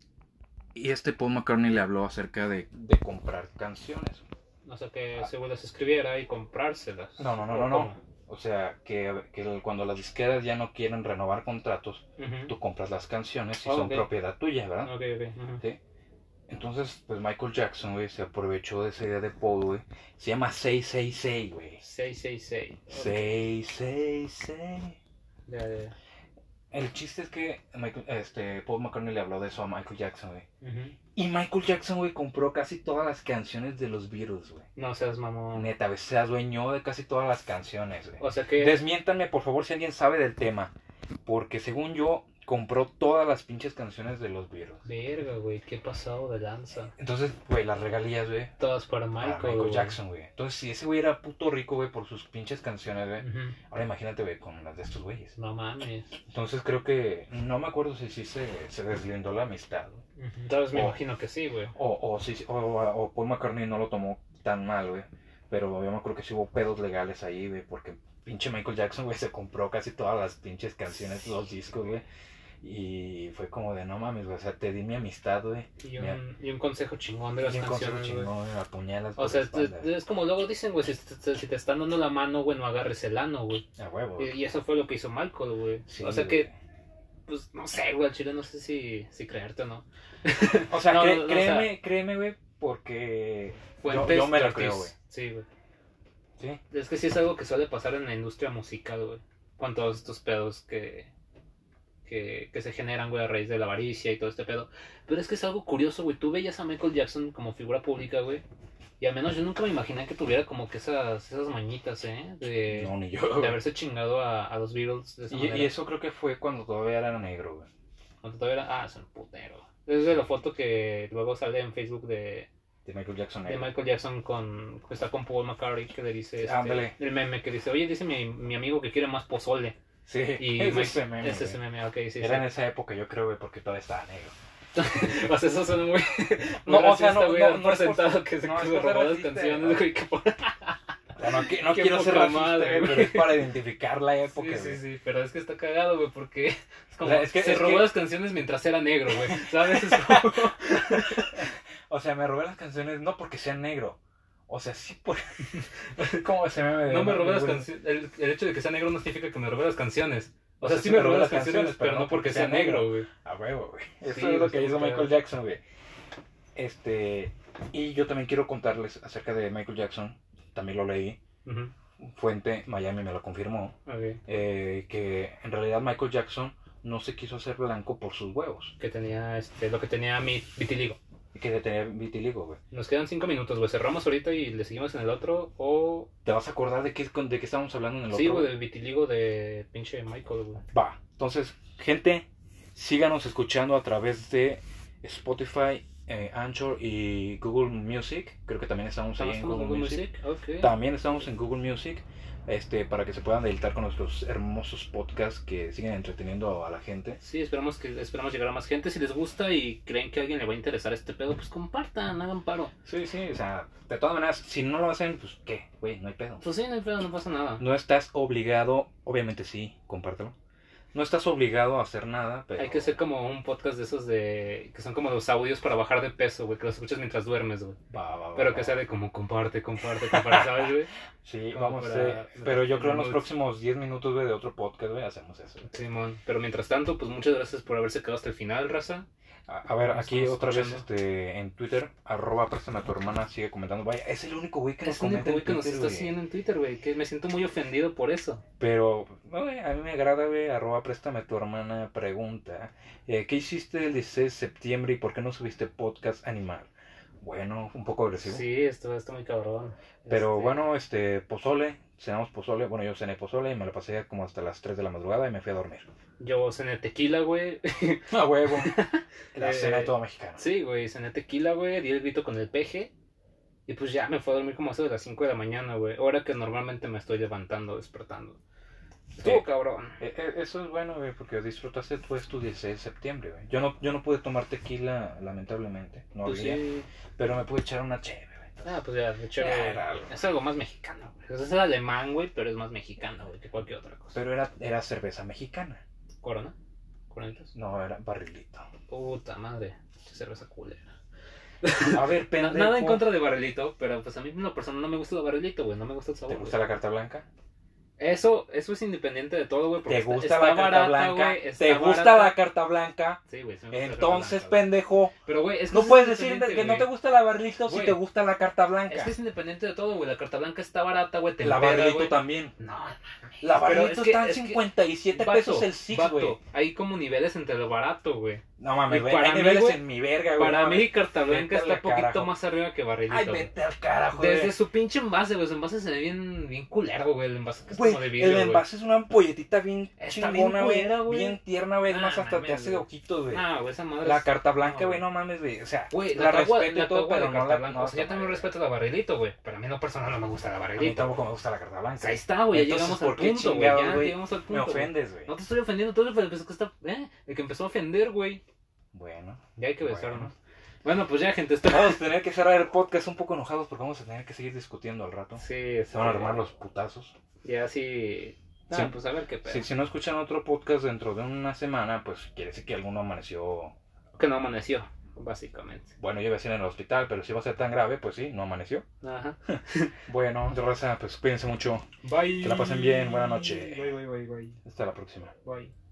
y este Paul McCartney le habló acerca de... De comprar canciones.
O sea, que se las escribiera y comprárselas.
No, no, no,
¿O
no, no.
cómo?
O sea, que, que el- cuando las disqueras ya no quieren renovar contratos,
Ujú.
tú compras las canciones y
Ah,
son
ok.
propiedad tuya, ¿verdad?
Ok, ok. ujú.
Sí. Entonces, pues Michael Jackson, güey, se aprovechó de esa idea de Paul, güey. Se llama 666, güey.
666. Ok.
666.
Ya, ya, ya.
El chiste es que Michael- este, Paul McCartney le habló de eso a Michael Jackson, güey.
Ujú.
Y Michael Jackson, güey, compró casi todas las canciones de los Beatles, güey.
No seas mamón.
Neta, güey, se adueñó de casi todas las canciones, güey.
O sea que.
Desmiéntanme, por favor, si alguien sabe del tema. Porque según yo, compró todas las pinches canciones de los Beatles.
Verga, güey, qué pasado de lanza.
Entonces, güey, las regalías, güey.
Todas para
para
Michael.
Michael
güey.
Jackson, güey. Entonces, si ese güey era puto rico, güey, por sus pinches canciones, güey.
Ujú.
Ahora imagínate, güey, con las de estos güeyes.
No mames.
Entonces, creo que. No me acuerdo si sí se, se deslindó la amistad, güey.
Entonces me
Oh.
imagino que sí, güey.
O, o, sí, o, o Paul McCartney no lo tomó tan mal, güey. Pero yo me acuerdo que sí hubo pedos legales ahí, güey, porque pinche Michael Jackson, güey, se compró casi todas las pinches canciones, todos los discos, güey. Y fue como de, no mames, güey, o sea, te di mi amistad, güey.
Y un, y un consejo chingón de las
Y un consejo
canciones, güey.
chingón, apuñalas
O
por
sea,
la espalda,
es como luego dicen, güey, si, te- si te están dando la mano, güey, no agarres el ano, güey.
güey. A huevo.
Y,
güey.
y eso fue lo que hizo Michael, güey.
Sí,
o sea
güey.
que, pues, no sé, güey, al chile no sé si, si creerte o no.
O sea,
No,
cre-
no, no,
créeme,
o sea-
créeme, güey, porque
Fue
yo,
antes
yo me
de
lo
Ortiz.
creo, güey.
Sí, güey.
Sí.
Es que sí es algo que suele pasar en la industria musical, güey. Con todos estos pedos que, que, que se generan, güey, a raíz de la avaricia y todo este pedo. Pero es que es algo curioso, güey. Tú veías a Michael Jackson como figura pública, güey. Y al menos yo nunca me imaginé que tuviera como que esas, esas mañitas, ¿eh? De,
No, ni yo.
de
güey.
haberse chingado a, a los Beatles de esa
Y,
manera.
y eso creo que fue cuando todavía era negro, güey.
Cuando todavía era- ah, es un putero. Es de la foto que luego sale en Facebook de,
De Michael Jackson
de
negro.
Michael Jackson con, que está con Paul McCartney que le dice, este,
Ándale.
el meme que dice, oye, dice mi, mi amigo que quiere más pozole.
Sí,
Y
es
Mike-
ese meme,
es ese
güey.
meme, ok, sí, sí.
Era en esa época, yo creo, güey, porque todavía estaba negro.
O sea, eso suena muy, muy
No, o
racista,
sea, no,
güey,
no,
dar
no
por
es por-
sentado que se
no, es
que
por
robó las
racista,
canciones,
güey.
güey, que por-
sea, no, qui- no
Qué
quiero ser
poca
racista,
madre,
güey, pero es para identificar la época,
Sí, sí,
güey.
sí, pero es que está cagado, güey, porque es como
sea, es que-
se
es
robó
que-
las canciones mientras era negro, güey. ¿Sabes? Es como...
O sea, me robé las canciones no porque sea negro. O sea, sí por... ¿Cómo se me...
No me robé las canciones. El, el hecho de que sea negro no significa que me robé las canciones. O sea, sí
te
me robé Pues las canciones, pero no porque sea negro, güey.
A huevo, güey. Eso
Sí,
es lo
güey,
que
está
hizo
muy cagado.
Michael Jackson, güey. Este... Y yo también quiero contarles acerca de Michael Jackson. También lo leí.
Ujú,
Fuente, Miami me lo confirmó.
ok.
eh, que en realidad Michael Jackson no se quiso hacer blanco por sus huevos.
Que tenía, este, lo que tenía mi vitiligo.
Y que tenía vitiligo, güey.
Nos quedan cinco minutos, güey. Cerramos ahorita y le seguimos en el otro. O.
¿Te vas a acordar de qué, de qué estábamos hablando en el
Sí,
otro?
güey, del vitiligo de pinche Michael, güey.
Va, entonces, gente, síganos escuchando a través de Spotify, eh, Anchor y Google Music. Creo que también estamos ahí
Estamos
en
con
Google,
Google
Music.
Music. Ok.
También estamos en Google Music este, para que se puedan deleitar con nuestros hermosos podcasts que siguen entreteniendo a la gente.
Sí, esperamos que esperamos llegar a más gente. Si les gusta y creen que a alguien le va a interesar este pedo, pues compartan, hagan paro.
Sí, sí, o sea, de todas maneras, si no lo hacen, pues qué, güey, no hay pedo.
Pues sí, no hay pedo, no pasa nada.
No estás obligado, obviamente sí, compártelo. No estás obligado a hacer nada, pero...
Hay que hacer como un podcast de esos de... que son como los audios para bajar de peso, güey, que los escuchas mientras duermes, güey.
Va, va, va,
Pero
va.
que sea de como comparte, comparte, comparte, ¿sabes, güey?
Sí,
como
vamos a
para-
hacer- Pero yo creo en los
Nudes.
próximos 10 minutos, güey, de otro podcast, güey, hacemos eso. güey.
Simón. Pero mientras tanto, pues muchas gracias por haberse quedado hasta el final, raza.
A, a ver,
Nos
aquí
estamos
otra vez
escuchando.
este, en Twitter, arroba préstame a tu hermana, sigue comentando. Vaya, es el único güey que nos
Es un
comenta en
güey Pues que nos
Twitter,
está
güey.
siguiendo en Twitter, güey, que me siento muy ofendido por eso.
Pero, no, güey, a mí me agrada, güey, arroba préstame a tu hermana, pregunta. eh, ¿Qué hiciste el 16 de septiembre y por qué no subiste podcast animal? Bueno, un poco
Sí,
agresivo.
esto está muy cabrón.
Pero
Este,
bueno, este, pozole, cenamos pozole, bueno, yo cené pozole y me lo pasé como hasta las 3 de la madrugada y me fui a dormir.
Yo cené tequila, güey.
¡A huevo! la
Eh,
cena de todo mexicano.
Sí, güey, cené tequila, güey, di el grito con el peje. Y pues ya me fue a dormir como eso de las 5 de la mañana, güey. Hora que normalmente me estoy levantando, despertando. Estuvo
Sí.
cabrón.
Eh, eh, Eso es bueno, güey, porque disfrutaste tú es tu 16 de septiembre, güey. Yo no, yo no pude tomar tequila, lamentablemente, no
Pues
había,
sí.
pero me pude echar una cheve, güey. entonces-
Ah, pues ya, de hecho,
Ya era
güey,
algo.
es algo más mexicano, güey. O sea, es alemán, güey, pero es más mexicano, güey, que cualquier otra cosa.
Pero era, era cerveza mexicana,
¿Corona? ¿Coronitas?
no era barrilito.
Puta madre, qué cerveza culera.
A ver,
Na-
pendejo.
nada en contra de barrilito, pero pues a mí en lo personal no me gusta el barrilito, güey, no me gusta el
¿Te
sabor.
gusta
güey.
la carta blanca?
Eso, eso es independiente de todo, güey, porque
¿Te
está-
gusta
está
la carta
barata,
blanca?
güey, está
¿Te gusta
barata.
la carta blanca?
Sí, güey, sí me gusta la carta
Entonces,
blanca, güey.
pendejo,
Pero, güey, es que
No
es
puedes decir
independiente,
que no te
güey.
gusta la barrilito si
Güey.
te gusta la carta
Es
blanca.
que es independiente de todo, güey. La carta blanca está barata, güey. Te
la
empeda,
barrilito
güey.
también.
No,
La
Ah, Pero
barrilito
es que-
está en
es que-
57
vato,
pesos el six,
vato,
güey.
Hay como niveles entre lo barato, güey.
No mames,
Y
güey.
para
Hay
mí,
niveles
güey,
en mi verga, güey.
Para
no
mí, carta blanca
Vete a
está
la
un poquito
carajo.
más arriba que
mames.
barrilito.
Ay,
güey.
vete al carajo,
Desde
güey.
su pinche envase, güey. Su envase se ve bien, bien culero, güey. El envase que es
Güey,
como de vidrio,
el
güey.
envase es una ampolletita bien
Está
chingona,
bien
güey.
culera, güey.
Bien tierna, güey.
Ah,
Es más, hasta
mames,
te hace
güey.
ojitos, güey.
Ah, güey, esa madre
La
es-
carta blanca,
no,
güey, no mames, güey. O sea,
Güey,
la
la, cagua-
respeto y
la
todo,
cagua de
pero
la
no
carta
la
blanca.
no
o sea, yo
está
también
mal.
respeto la barrilito, güey. Pero a mí en lo personal no me gusta la
A mí
barrilito.
tampoco me gusta la carta
O sea, ahí
blanca.
está, güey. Ya
Entonces,
llegamos
¿por
al
qué
punto, güey.
chingados,
Ya
güey,
llegamos al punto.
Me
güey.
ofendes, güey.
No te estoy ofendiendo, tú eres el que, está, eh, el que empezó a ofender, güey.
Bueno.
Ya hay que
Bueno.
besarnos. Bueno, pues ya, gente, esto...
Vamos a tener que cerrar el podcast un poco enojados porque vamos a tener que seguir discutiendo al rato.
Sí,
Se van a
este,
armar los putazos.
Ya sí... Ah,
Sí.
pues a ver qué pedo.
Si, si no escuchan otro podcast dentro de una semana, pues quiere decir que alguno amaneció.
Que no amaneció, básicamente.
Bueno, yo iba a decir en el hospital, pero si va a ser tan grave, pues sí, no amaneció.
Ajá.
Bueno, de raza, pues cuídense mucho.
Bye.
Que la pasen bien, buena noche.
Bye, bye, bye, bye.
Hasta la próxima.
bye.